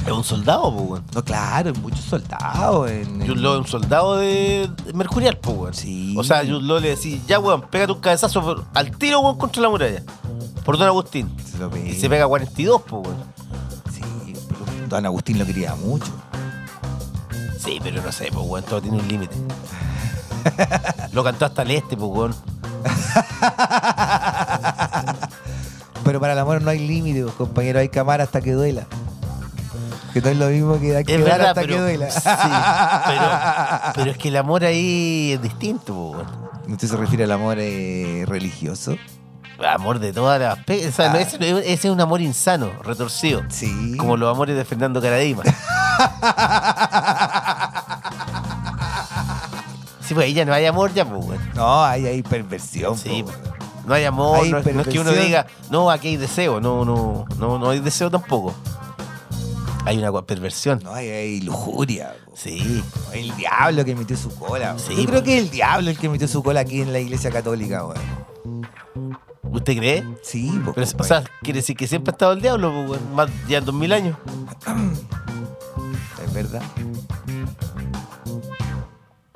S2: Es un soldado, pues, weón.
S3: No, claro, hay muchos soldados. En, en-
S2: Jude Law es un soldado de de Mercurial, pues, weón.
S3: Sí.
S2: O sea, Jude Law le decís, ya, weón, pégate un cabezazo por- al tiro, weón, contra la muralla. Por Don Agustín.
S3: Se lo
S2: Y
S3: pega.
S2: se pega 42, pues, weón.
S3: Sí, pero Don Agustín lo quería mucho.
S2: Sí, pero no sé, pues, weón, todo tiene un límite. Lo cantó hasta el este, pues, weón.
S3: Pero para el amor no hay límite, pues, compañero. Hay que amar hasta que duela. Que no es lo mismo que hay que
S2: Es
S3: llorar
S2: verdad,
S3: hasta
S2: pero,
S3: que duela.
S2: sí, pero, pero es que el amor ahí es distinto, pues, weón.
S3: ¿Usted se refiere al amor eh, religioso?
S2: Amor de todas las... pe- O sea, no,
S3: Ah.
S2: ese, no- ese es un amor insano, retorcido.
S3: Sí.
S2: Como los amores de Fernando Caradima. sí, pues ahí ya no hay amor, ya, pues, weón.
S3: No, hay, hay perversión. pues,
S2: Sí,
S3: po.
S2: No hay amor,
S3: Hay
S2: no, no es que uno
S3: perversión.
S2: diga, no, aquí hay deseo, no, no, no, no hay deseo tampoco. Hay una gua- perversión.
S3: No, hay, hay lujuria. po.
S2: Sí,
S3: El diablo que metió su cola. po.
S2: Sí, pues.
S3: Yo creo
S2: po.
S3: que es el diablo el que metió su cola aquí en la iglesia católica, weón.
S2: ¿usted cree?
S3: Sí, pues, po,
S2: Pero, o
S3: compañero.
S2: sea, quiere decir que siempre ha estado el diablo, pues, weón, más ya en 2000 años.
S3: es verdad.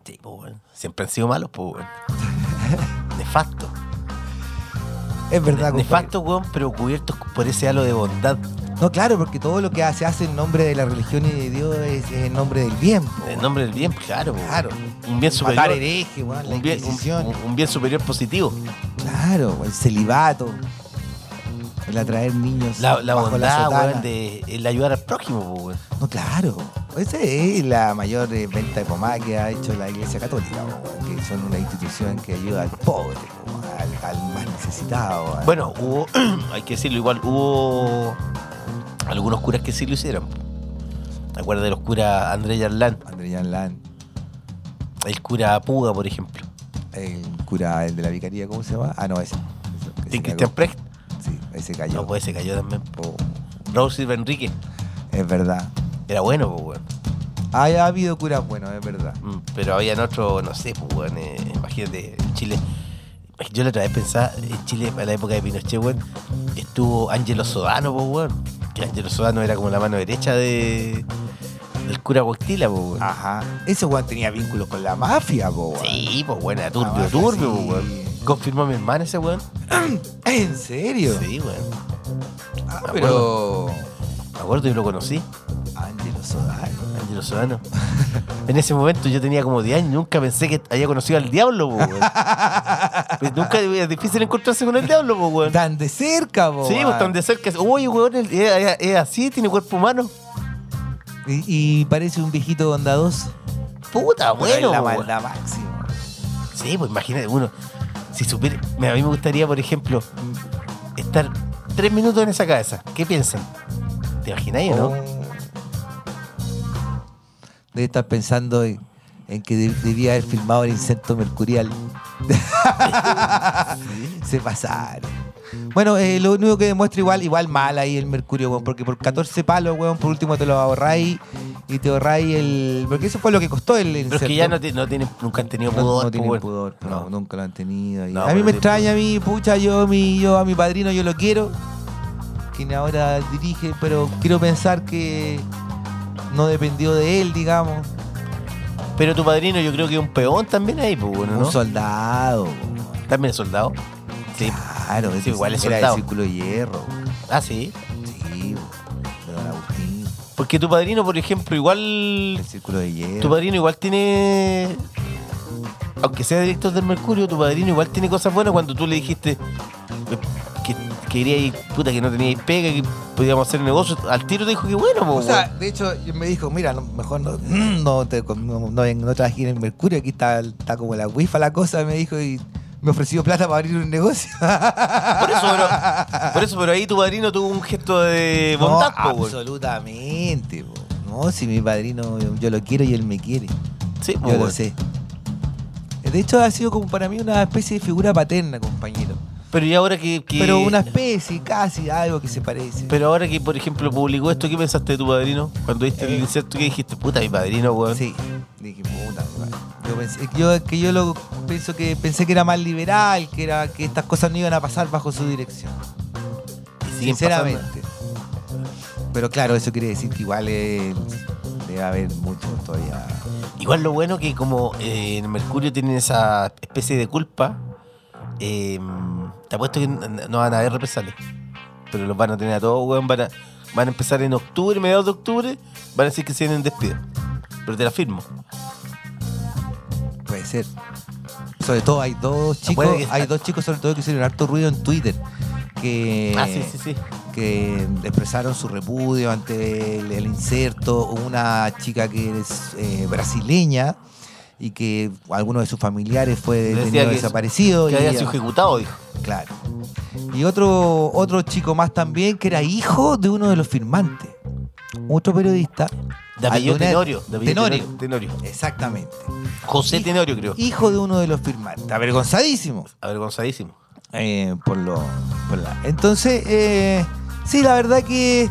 S2: Sí, pues, weón. siempre han sido malos, pues, weón. Nefasto.
S3: Es verdad, compañero.
S2: Nefasto, weón, pero cubiertos por ese halo de bondad.
S3: No, claro, porque todo lo que se hace en nombre de la religión y de Dios es, es en nombre del bien. po.
S2: En nombre del bien, claro, pues,
S3: Claro.
S2: Un bien superior.
S3: Matar hereje, weón, la
S2: un, bien, un-
S3: Inquisición.
S2: un- un bien superior positivo.
S3: Claro, el celibato. El atraer niños.
S2: La, la
S3: bajo
S2: bondad,
S3: sotana.
S2: weón, de el ayudar al prójimo, pues, weón.
S3: No, claro. Esa es la mayor eh, venta de pomada que ha hecho la Iglesia Católica, weón, que son una institución que ayuda al pobre, weón, al, al más necesitado. weón.
S2: Bueno, hubo, hay que decirlo igual, hubo algunos curas que sí lo hicieron. ¿Te acuerdas de los curas André Yarlán?
S3: André Jan Lan,
S2: El cura Puga, por ejemplo.
S3: el cura el de la vicaría, ¿cómo se llama? Ah, no, ese. Ese- ese
S2: Tim Christian
S3: cagó.
S2: Precht.
S3: Sí, ese cayó.
S2: No, pues se cayó también.
S3: Oh,
S2: Raúl Silva Enrique.
S3: es verdad.
S2: Era bueno, pues, weón.
S3: Ah, ya ha habido curas buenos, es verdad.
S2: Mm, Pero había otro, no sé, pues, weón. eh, imagínate, en Chile. Yo la otra vez pensaba, en Chile, para la época de Pinochet, weón, estuvo Ángelo Sodano, pues, weón. Que Ángelo Sodano era como la mano derecha de, del cura Huactila, pues, weón.
S3: Ajá. Ese weón tenía vínculos con la mafia, po, weón.
S2: Sí, pues bueno, era
S3: Ah,
S2: turbio,
S3: baja,
S2: turbio,
S3: sí.
S2: pues, weón. Confirmó a mi hermana ese weón.
S3: ¿En serio?
S2: Sí, weón.
S3: Ah,
S2: Me
S3: pero. ah,
S2: Me acuerdo, yo lo conocí,
S3: Ángelo Sodano.
S2: Ángelo Sodano. en ese momento yo tenía como 10 años, nunca pensé que había conocido al diablo, pues, weón. Pues nunca es difícil encontrarse con el diablo, pues, weón.
S3: Tan de cerca, po.
S2: Sí, pues
S3: weón.
S2: tan de cerca. Uy, weón, es, es- es así, tiene cuerpo humano.
S3: Y, y parece un viejito bondadoso.
S2: Puta,
S3: Pero es
S2: bueno.
S3: La
S2: weón.
S3: maldad máxima.
S2: Sí, pues imagínate uno. Si supiera. mira, A mí me gustaría, por ejemplo, estar tres minutos en esa cabeza. ¿Qué piensan? ¿Te imagináis, o no?
S3: Oh, Debe estar pensando en, en que deb- debía haber filmado el insecto mercurial. Se pasaron. Bueno, eh, lo único que demuestra igual, igual mal ahí el mercurio, weón, porque por 14 palos, weón, por último te lo ahorráis y te ahorráis el. Porque eso fue lo que costó el
S2: Pero
S3: insecto.
S2: es que ya no, ti- no tienen, nunca han tenido
S3: No-
S2: pudor.
S3: no tienen
S2: pues,
S3: pudor,
S2: weón.
S3: no, nunca lo han tenido. y-
S2: No,
S3: a mí
S2: pero
S3: me
S2: sí,
S3: extraña, a mí, pucha, yo, mi, yo a mi padrino yo lo quiero, quien ahora dirige, pero quiero pensar que no dependió de él, digamos.
S2: Pero tu padrino yo creo que es un peón también ahí, pues bueno,
S3: Un
S2: ¿no?
S3: soldado.
S2: También es soldado. Sí.
S3: Claro, ese
S2: igual es
S3: era
S2: soldado.
S3: el círculo de hierro.
S2: Ah, sí.
S3: Sí, de Don Agustín,
S2: Porque tu padrino, por ejemplo, igual.
S3: el círculo de hierro.
S2: Tu padrino igual tiene. Aunque sea director del Mercurio, tu padrino igual tiene cosas buenas cuando tú le dijiste que quería ir, puta, que no teníais pega, que podíamos hacer negocio. Al tiro te dijo que bueno,
S3: O
S2: pues.
S3: sea, de hecho, me dijo, mira, no- mejor no, mm, no, te, no, no, no trabajes en el Mercurio, aquí está, está como la wifa la cosa, me dijo, y me ofreció plata para abrir un negocio.
S2: Por eso, pero, por eso, pero ahí tu padrino tuvo un gesto de bondad,
S3: No,
S2: po, weón.
S3: absolutamente, po. No, si mi padrino, yo, yo lo quiero y él me quiere.
S2: Sí, po,
S3: Yo lo
S2: weón.
S3: sé. De hecho, ha sido como para mí una especie de figura paterna, compañero.
S2: Pero y ahora que. que-
S3: Pero una especie, casi, algo que se parece.
S2: Pero ahora que, por ejemplo, publicó esto, ¿qué pensaste de tu padrino? Cuando viste
S3: Eh.
S2: el inserto que dijiste, puta, mi padrino, weón.
S3: Sí, dije, puta, weón. yo pensé, yo, que yo lo pienso que pensé que era más liberal, que era que estas cosas no iban a pasar bajo su dirección.
S2: Y siguen
S3: Sinceramente. Pero claro, eso quiere decir que igual eh, debe haber mucho todavía.
S2: Igual lo bueno que como eh, en Mercurio tienen esa especie de culpa, eh, te apuesto que n- no van a haber represalias. Pero los van a tener a todos, weón. Van a, van a empezar en octubre, mediados de octubre, van a decir que se vienen despido. Pero te la firmo.
S3: Puede ser. Sobre todo hay dos chicos,
S2: Puede que-
S3: hay dos chicos sobre todo que hicieron harto ruido en Twitter. Que,
S2: ah, sí, sí, sí.
S3: que expresaron su repudio ante el, el inserto. Hubo Una chica que es eh, brasileña y que alguno de sus familiares fue
S2: Decía
S3: detenido
S2: que-
S3: desaparecido.
S2: Que
S3: y
S2: había
S3: ella-
S2: sido ejecutado, dijo.
S3: Claro. Y otro, otro chico más también que era hijo de uno de los firmantes. Otro periodista.
S2: De apellido
S3: Aldonete-
S2: Tenorio. de apellido
S3: Tenorio.
S2: Tenorio.
S3: Exactamente.
S2: José Tenorio, creo.
S3: Hijo de uno de los firmantes. Avergonzadísimo.
S2: Avergonzadísimo.
S3: eh, por lo. por la- Entonces, eh, sí, la verdad que. eh,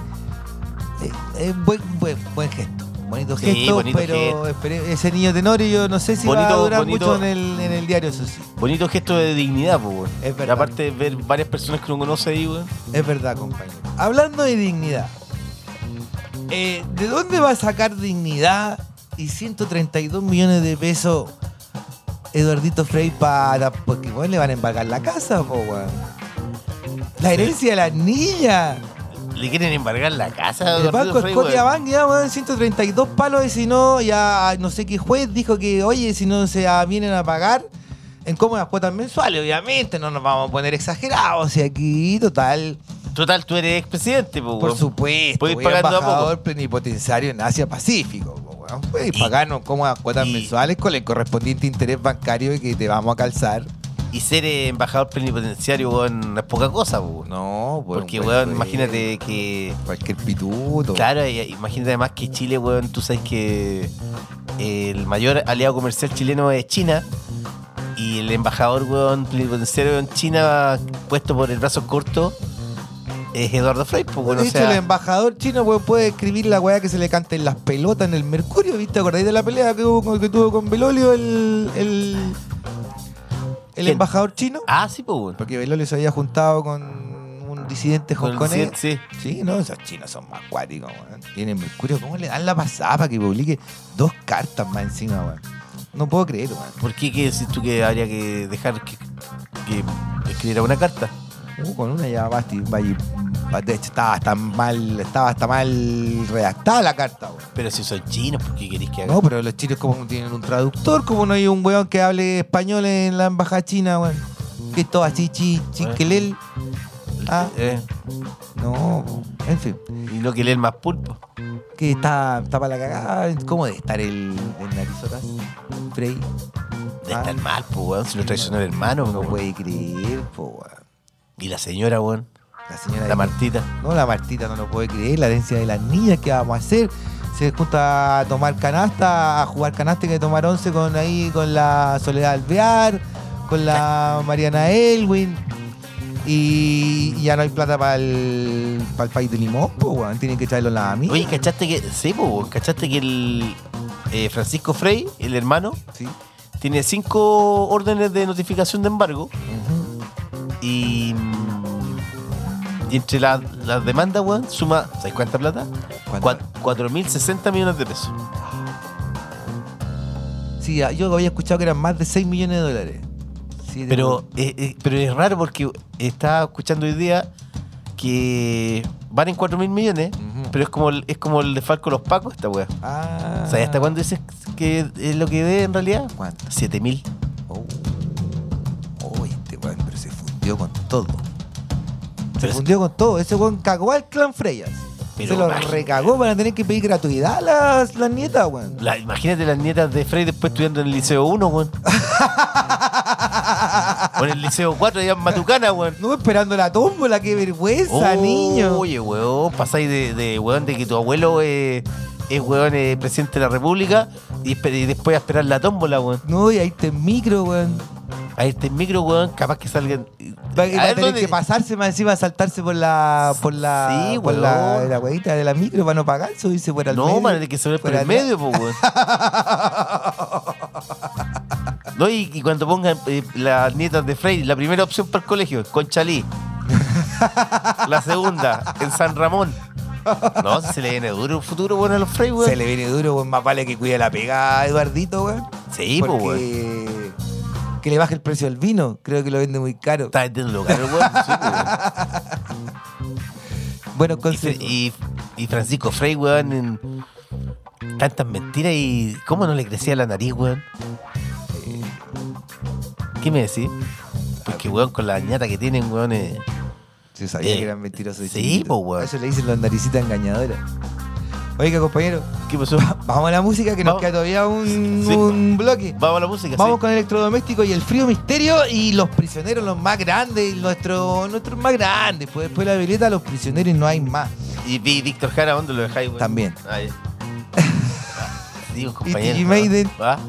S3: eh, buen, buen- buen gesto. Bonito
S2: Sí,
S3: gesto,
S2: bonito
S3: pero
S2: gesto.
S3: espere- ese niño Tenorio yo no sé si va a
S2: Bonito-
S3: durar
S2: bonito-
S3: mucho en el, en el diario, eso sí.
S2: Bonito gesto de dignidad, po, weón.
S3: Es verdad.
S2: Y Aparte de ver varias personas que uno conoce ahí, weón.
S3: Es verdad, compañero. Hablando de dignidad, eh, ¿de dónde va a sacar dignidad y 132 millones de pesos Eduardito Frey para. Porque bueno, le van a embargar la casa, po, weón? La herencia de las niñas.
S2: Le quieren embargar la casa,
S3: El
S2: Eduardo
S3: banco
S2: Frey,
S3: Scotiabank ya, weón, 132 palos y si no, ya no sé qué juez dijo que, oye, si no se ah, vienen a pagar en cómodas cuotas mensuales, obviamente, no nos vamos a poner exagerados. Y aquí, total,
S2: weón. Total, tú eres expresidente, po,
S3: por
S2: weón.
S3: supuesto,
S2: Puedes
S3: voy
S2: pagando a
S3: embajador plenipotenciario en Asia Pacífico. po, weón. Puedes
S2: Y-
S3: pagarnos cómodas cuotas
S2: y-
S3: mensuales con el correspondiente interés bancario que te vamos a calzar.
S2: Y ser eh, embajador plenipotenciario, weón, no es poca cosa, po, weón.
S3: No, weón,
S2: Porque,
S3: pues,
S2: weón,
S3: eh,
S2: imagínate que.
S3: Cualquier pituto.
S2: Claro, y- imagínate además que Chile, weón, tú sabes que el mayor aliado comercial chileno es China. Y el embajador, weón, plenipotenciario en China, puesto por el brazo corto, es Eduardo Frey, pues, weón.
S3: de
S2: O
S3: hecho,
S2: sea,
S3: el embajador chino weón, puede escribir la weá que se le cante en las pelotas en el Mercurio, ¿viste? ¿Acordáis de la pelea que, hubo con- que tuvo con Belolio el, el, el
S2: ¿Quién?
S3: embajador chino?
S2: Ah, sí, pues, weón.
S3: Porque Belolio se había juntado con un disidente
S2: Con el
S3: hongkonés.
S2: presidente, sí.
S3: Sí, no, esos chinos son más cuáticos, weón. Tienen Mercurio, ¿cómo le dan la pasada para que publique dos cartas más encima, weón? No puedo creer, weón.
S2: ¿Por qué que decís tú que habría que dejar que, que escribiera una carta?
S3: Uh, con una ya basta y vaya y- de hecho, estaba hasta mal, estaba hasta mal redactada la carta, weón.
S2: Pero si son chinos, ¿por qué queréis que haga?
S3: No, pero los chinos como no tienen un traductor, como no hay un weón que hable español en la embajada china, weón. Que es todo así, chi, chiquelel. Ah,
S2: Eh,
S3: no, en fin.
S2: y no que leen más pulpo.
S3: Que está, está para la cagada. ¿Cómo debe estar el, el narizotas? Frey.
S2: De
S3: Ah.
S2: estar mal, pues, weón. Si lo traicionó el hermano,
S3: No
S2: po, weón.
S3: puede creer, po, weón.
S2: Y la señora, weón.
S3: La señora.
S2: La
S3: de-
S2: Martita.
S3: No, la Martita no lo puede creer, la herencia de las niñas, ¿qué vamos a hacer? Se junta a tomar canasta, a jugar canasta que a tomar once con ahí, con la Soledad Alvear, con la Mariana Elwin. Y ya no hay plata para el, país de limón, pues weón, tienen que traerlo a la amiga.
S2: Oye, ¿cachaste que. Sí, po, weón. ¿Cachaste que el. eh, Francisco Frey, el hermano,
S3: Sí.
S2: tiene cinco órdenes de notificación de embargo. Y. mm, Y entre la- las demandas, weón, suma. ¿Sabes cuánta plata?
S3: ¿Cuánto?
S2: Cuat- 4.060 millones de pesos.
S3: Sí, ah, yo había escuchado que eran más de 6 millones de dólares. Sí, de-
S2: Pero, eh, eh, pero es raro porque estaba escuchando hoy día que van en 4 mil millones,
S3: Ujú.
S2: pero es como el, es como el de Falco los Pacos, esta weá.
S3: Ah.
S2: ¿Sabes hasta cuándo dices que es lo que dé en realidad?
S3: ¿Cuánto?
S2: 7 mil.
S3: Oh. Oh, este weón, pero se fundió con todo. Se
S2: Pero-
S3: fundió con todo. Ese weón cagó al clan Freyas.
S2: Pero
S3: se lo
S2: imagínate.
S3: recagó para tener que pedir gratuidad a las, las nietas, weón.
S2: La- imagínate las nietas de Frey después estudiando en el Liceo 1, weón. o en el Liceo 4 allá en Matucana, weón.
S3: No esperando la tómbola, qué vergüenza, niño.
S2: Oye, weón, pasáis de, de weón de que tu abuelo eh, es weón eh, presidente de la República y, esper- y después a esperar la tómbola, weón.
S3: No, y ahí está el micro, weón.
S2: A este micro, weón, capaz que salgan.
S3: Va,
S2: A
S3: va a
S2: ver
S3: tener
S2: dónde-
S3: que pasarse más encima, saltarse por la. por la.
S2: Sí,
S3: por la,
S2: weón.
S3: la huevita de la micro para no pagar, subirse por el
S2: No,
S3: medio.
S2: van a tener que salir por el
S3: fuera atrás.
S2: medio, po, weón. No, y, y cuando pongan eh, las nietas de Frey, la primera opción para el colegio, Conchalí. La segunda, en San Ramón. No, si se le viene duro un futuro bueno a los Frey, weón.
S3: Se le viene duro, weón. Más vale que cuide la pega a Eduardito, weón.
S2: Sí, pues, weón.
S3: porque que le baje el precio del vino. Creo que lo vende muy caro.
S2: Está en el lugar, weón. Sí, po, weón.
S3: Bueno,
S2: Y Fra-
S3: consejo.
S2: Y, y Francisco Frey, weón, en tantas mentiras y cómo no le crecía la nariz, weón. Eh, ¿Qué me decís? Porque, weón, con la ñata que tienen, weón, eh,
S3: Sí, sabía
S2: Eh,
S3: que eran mentirosos. de
S2: sí,
S3: chiquitito.
S2: po, weón.
S3: A Eso le dicen los naricitas engañadoras. Oiga, compañero,
S2: ¿qué pasó?
S3: vamos a la música que nos
S2: Vamos.
S3: queda todavía un,
S2: Sí.
S3: un bloque.
S2: Vamos a la música,
S3: Vamos
S2: sí.
S3: con electrodoméstico y el frío misterio y los prisioneros, los más grandes, y nuestro, nuestros más grandes. Pues después de la violeta, los prisioneros y no hay más.
S2: Y vi Víctor Jara, ¿dónde lo dejáis, weón?
S3: También.
S2: Ah, ya. Digo,
S3: Y
S2: compañero.
S3: Tiki
S2: ¿no?
S3: Maiden.
S2: ¿Va?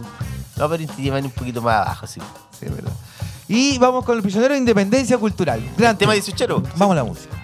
S2: No, pero Tiki Maiden un poquito más abajo, sí.
S3: Sí, es verdad. Y vamos con el prisionero de independencia cultural. Gran
S2: Tema
S3: tema.
S2: 18.
S3: Vamos a la música.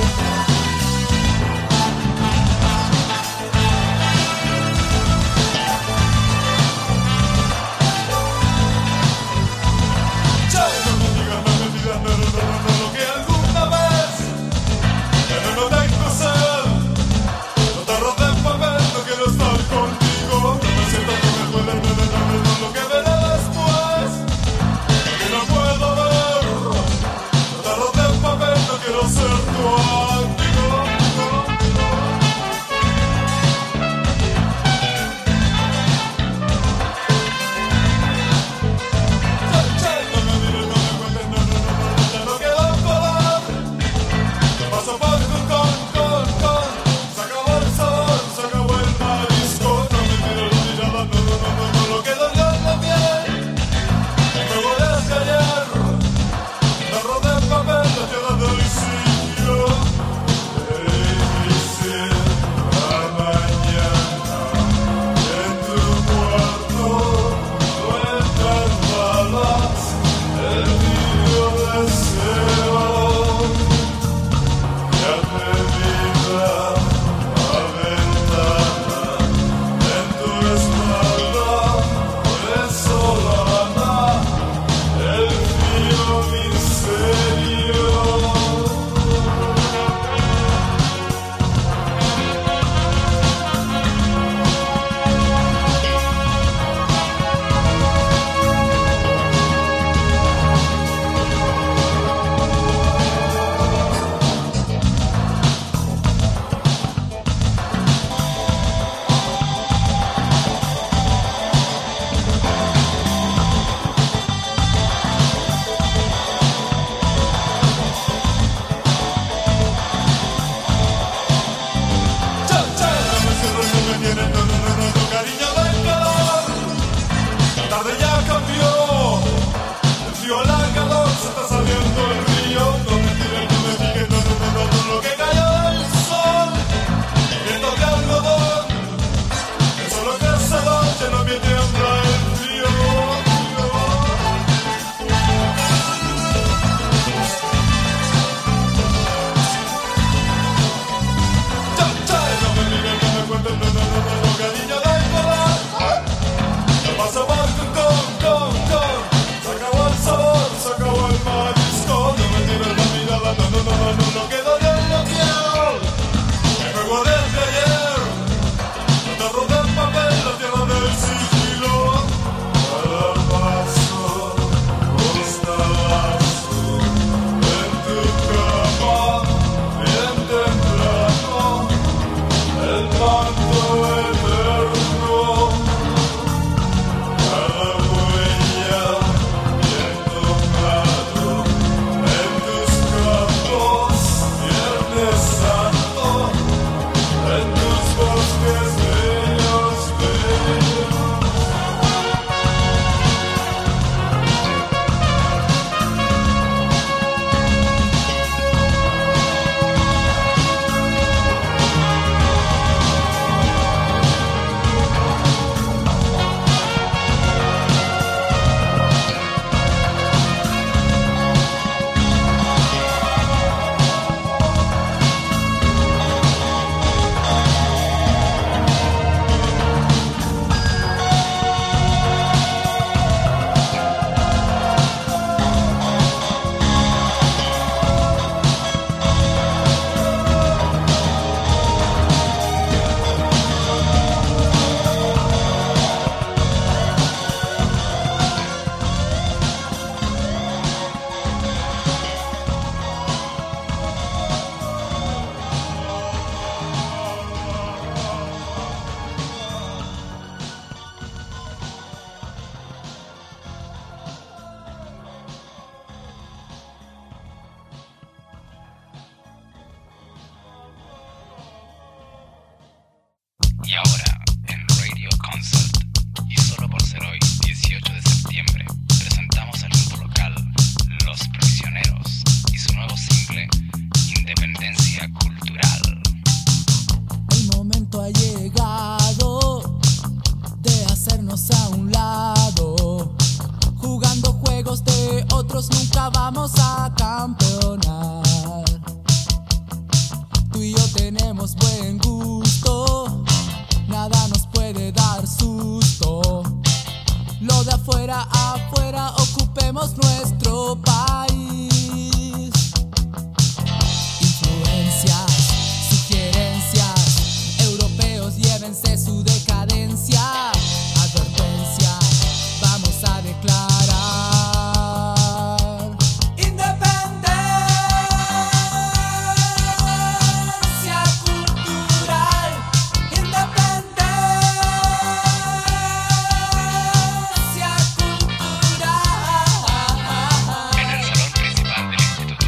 S5: Quiero
S6: perdonar. Tú y yo tenemos buen gusto, nada nos puede dar susto. Lo de afuera afuera, ocupemos nuestro país. Influencias, sugerencias, europeos llévense su decadencia. Advertencia, vamos a declarar. Independencia cultural, independencia cultural.
S7: En el salón principal del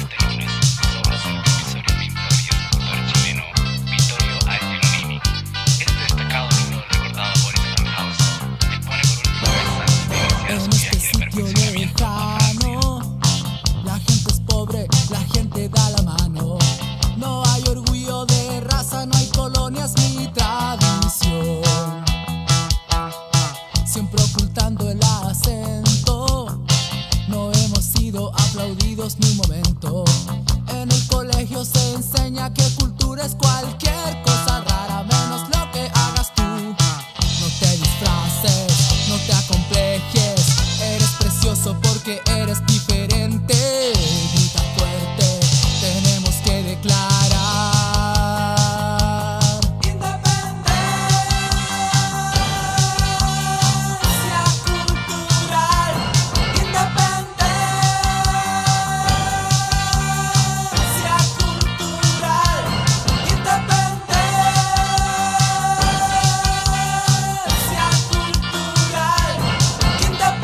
S7: instituto presentará a partir de este lunes sus obras sobre el improviso escultor chileno Vittorio Angelini. Este destacado libro recordado por Ethan House expone por última vez antes de
S6: En
S7: iniciar su viaje
S6: este
S7: de perfeccionamiento
S6: sitio
S7: a Francia.
S6: lejano, la gente es pobre, la gente da la mano. No hay orgullo de raza, no hay colonias ni tradición. Siempre ocultando el acento, no hemos sido aplaudidos ni un momento. En el colegio se enseña que cultura es cualquier cosa rara, menos lo que hagas tú. No te disfraces, no te acomplejes. Eres precioso porque eres diferente. Grita fuerte, tenemos que declarar. Independencia cultural, independencia cultural, independencia cultural,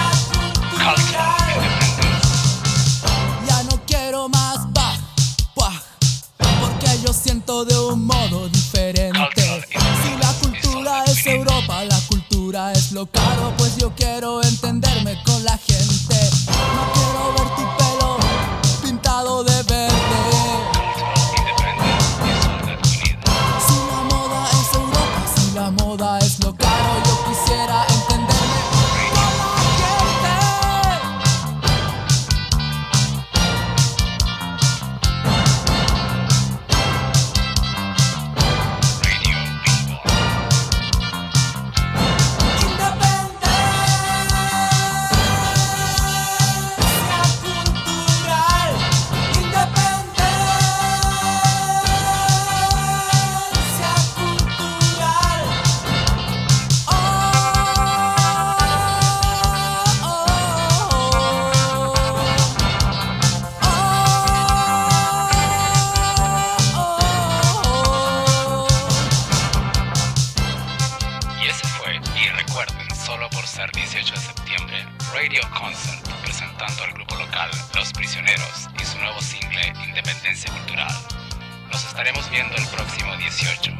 S6: independencia cultural. Ya no quiero más bah, bah, porque yo siento de un modo diferente. Si la cultura es Europa, la cultura es lo caro, pues yo quiero entenderme con la gente. No quiero ver tu pelo pintado de verde. Si la moda es Europa, si la moda es lo caro, yo quisiera entenderme con la gente. Independencia cultural, independencia cultural.
S7: Y ese fue, y recuerden, solo por ser 18 de septiembre, Radio Concert presentando al grupo local Los Prisioneros y su nuevo single Independencia Cultural. Nos estaremos viendo el próximo 18.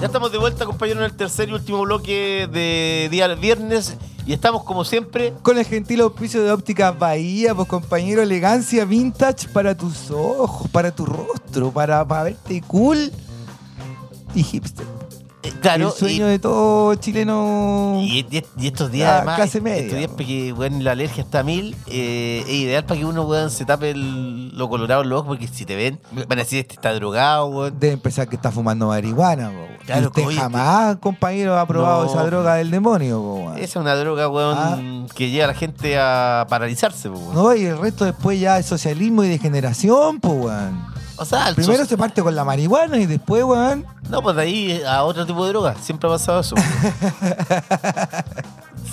S2: Ya estamos de vuelta, compañero, en el tercer y último bloque de día viernes. Y estamos, como siempre,
S3: Con el gentil auspicio de Óptica Bahía, pues compañero, elegancia vintage para tus ojos, para tu rostro, para, para verte cool y hipster.
S2: eh, claro,
S3: el sueño de todo chileno.
S2: Y, y- y estos días,
S3: La
S2: además,
S3: clase Ah, media,
S2: estos días
S3: ¿no?
S2: porque bueno, la alergia está a mil, eh, es ideal para que uno weón, se tape el- lo colorado en los ojos, porque si te ven, van a decir, este está drogado, weón.
S3: Debe empezar que está fumando marihuana, po. Y
S2: Claro,
S3: usted
S2: oye,
S3: jamás, compañero, ha probado
S2: No,
S3: esa droga del demonio, po.
S2: Esa es una droga, weón,
S3: Ah.
S2: que lleva a la gente a paralizarse, weón.
S3: No, y el resto después ya es socialismo y degeneración, po, weón.
S2: O sea, el
S3: Primero
S2: sos-
S3: se parte con la marihuana y después, weón.
S2: No, pues de ahí a otro tipo de droga, siempre ha pasado eso. weón.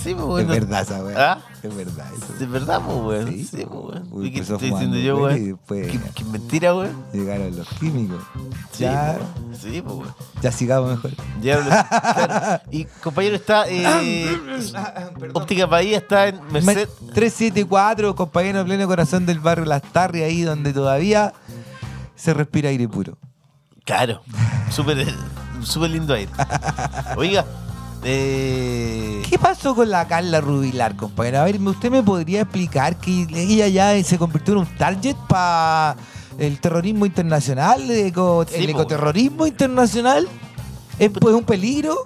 S2: Sí, pues,
S3: Es
S2: bueno.
S3: verdad esa weá.
S2: ¿Ah?
S3: Es verdad. eso.
S2: De verdad, pues, weón.
S3: Sí,
S2: Sí,
S3: pues,
S2: pues, weón.
S3: uy,
S2: ¿Y qué
S3: empezó
S2: estoy
S3: fumando,
S2: diciendo yo,
S3: weón, y
S2: weón?
S3: después-
S2: ¿Qué, qué mentira, weón?
S3: Llegaron los químicos.
S2: Sí,
S3: Ya,
S2: pues, Sí, pues, weón.
S3: ya sigamos mejor.
S2: Ya hablo- claro. Y compañero está. Eh, Óptica Bahía está en Merced.
S3: 374, compañero pleno corazón del barrio Las Tarrias, ahí donde todavía se respira aire puro.
S2: Claro. Súper súper lindo aire. Oiga, eh,
S3: ¿Qué pasó con la Carla Rubilar, compañero? A ver, ¿usted me podría explicar que ella ya se convirtió en un target para el terrorismo internacional, el, eco-
S2: Sí,
S3: el
S2: po.
S3: ecoterrorismo internacional? ¿Es pues, un peligro?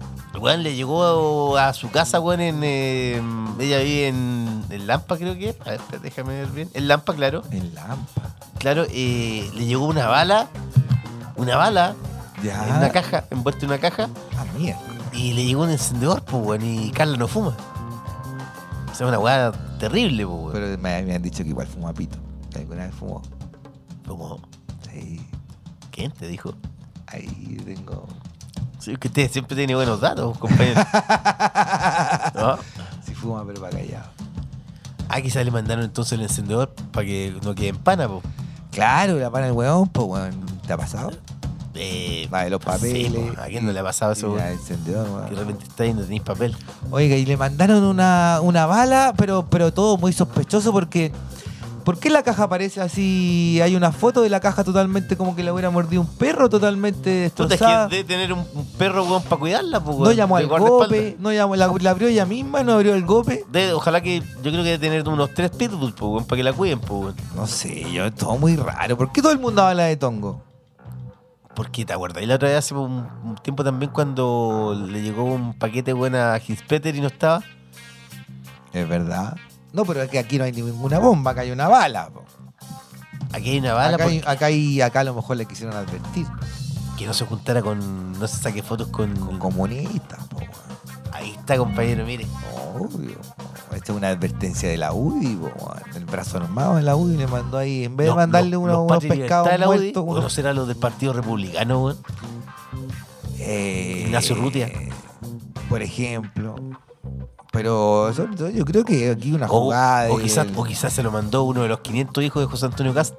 S2: weón, le llegó a, a su casa, weón, en. eh, ella vive en, en Lampa, creo que. es. A ver, espérate, déjame ver bien. En Lampa, claro.
S3: En Lampa.
S2: Claro, eh, le llegó una bala. Una bala.
S3: Ya.
S2: En una caja, envuelta en una caja.
S3: Ah, mierda.
S2: Y le llegó un encendedor, pues, weón. Y Carla no fuma. O sea, una weá terrible, pues, weón.
S3: Pero me, me han dicho que igual fuma pito. que Alguna vez fumó.
S2: Como,
S3: Sí.
S2: ¿quién te dijo?
S3: Ahí tengo.
S2: Sí, es que usted siempre tiene buenos datos, compañero. ¿No?
S3: Si fuma, pero para callado.
S2: Ah, quizás le mandaron entonces el encendedor para que no quede en pana, po.
S3: Claro, la pana el huevón, pues weón. ¿Te ha pasado?
S2: Eh,
S3: La de los
S2: sí,
S3: papeles.
S2: po, ¿A quién no le ha pasado
S3: Y
S2: eso?
S3: la
S2: weón?
S3: encendió, weón.
S2: Que de repente está ahí y no tenéis papel.
S3: Oiga, y le mandaron una, una bala, pero, pero todo muy sospechoso porque. ¿Por qué la caja aparece así? Hay una foto de la caja totalmente como que la hubiera mordido un perro, totalmente
S2: Puta, es
S3: destrozada.
S2: que debe tener un, un perro, weón, para cuidarla, po,
S3: No
S2: weón,
S3: llamó
S2: de
S3: al
S2: guardaespaldas.
S3: golpe, no llamó, la, la abrió ella misma, no abrió el golpe.
S2: Debe- ojalá que yo creo que debe tener unos tres pitbulls, po, weón, para que la cuiden, po, weón.
S3: No sé, yo, todo muy raro. ¿Por qué todo el mundo habla de Tongo?
S2: Porque te acuerdas, y la otra vez hace un, un tiempo también cuando le llegó un paquete, weón, a Hispeter y no estaba.
S3: Es verdad. No, pero es que aquí no hay ninguna bomba, acá hay una bala. po.
S2: Aquí hay una bala,
S3: Acá,
S2: porque-
S3: hay- acá, hay- acá a lo mejor le quisieron advertir.
S2: Que no se juntara con. No se saque fotos con.
S3: Con comunistas, po, weón.
S2: Ahí está, compañero, mire.
S3: Obvio. Esta es una advertencia de la UDI, po, weón. el brazo armado de la UDI le mandó ahí, en vez de
S2: Los-
S3: mandarle
S2: los-
S3: uno-
S2: los
S3: unos
S2: Patria y Libertad
S3: pescados
S2: de la UDI,
S3: muertos,
S2: ¿O no
S3: unos-
S2: será los del Partido Republicano, weón?
S3: eh,
S2: Ignacio Urrutia.
S3: Por ejemplo. Pero son- son- yo creo que aquí una
S2: O,
S3: jugada.
S2: o
S3: del-
S2: quizás, o quizás se lo mandó uno de los 500 hijos de José Antonio Cast.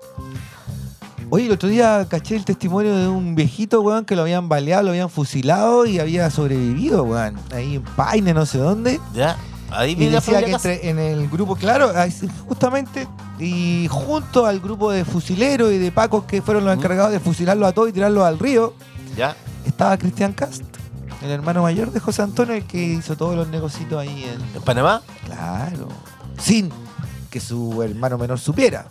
S3: Oye, el otro día caché el testimonio de un viejito, weón, que lo habían baleado, lo habían fusilado y había sobrevivido, weón. Ahí en Paine, no sé dónde.
S2: ¿Ya? Ahí
S3: Y
S2: viene la
S3: decía
S2: familia
S3: que
S2: Cast.
S3: entre- en el grupo, claro, ahí sí, justamente, y junto al grupo de fusileros y de pacos que fueron los
S2: Mm.
S3: encargados de fusilarlos a todos y tirarlos al río,
S2: ¿Ya?
S3: estaba Cristian Cast, el hermano mayor de José Antonio, el que hizo todos los negocios ahí en.
S2: En Panamá.
S3: Claro. Sin que su hermano menor supiera.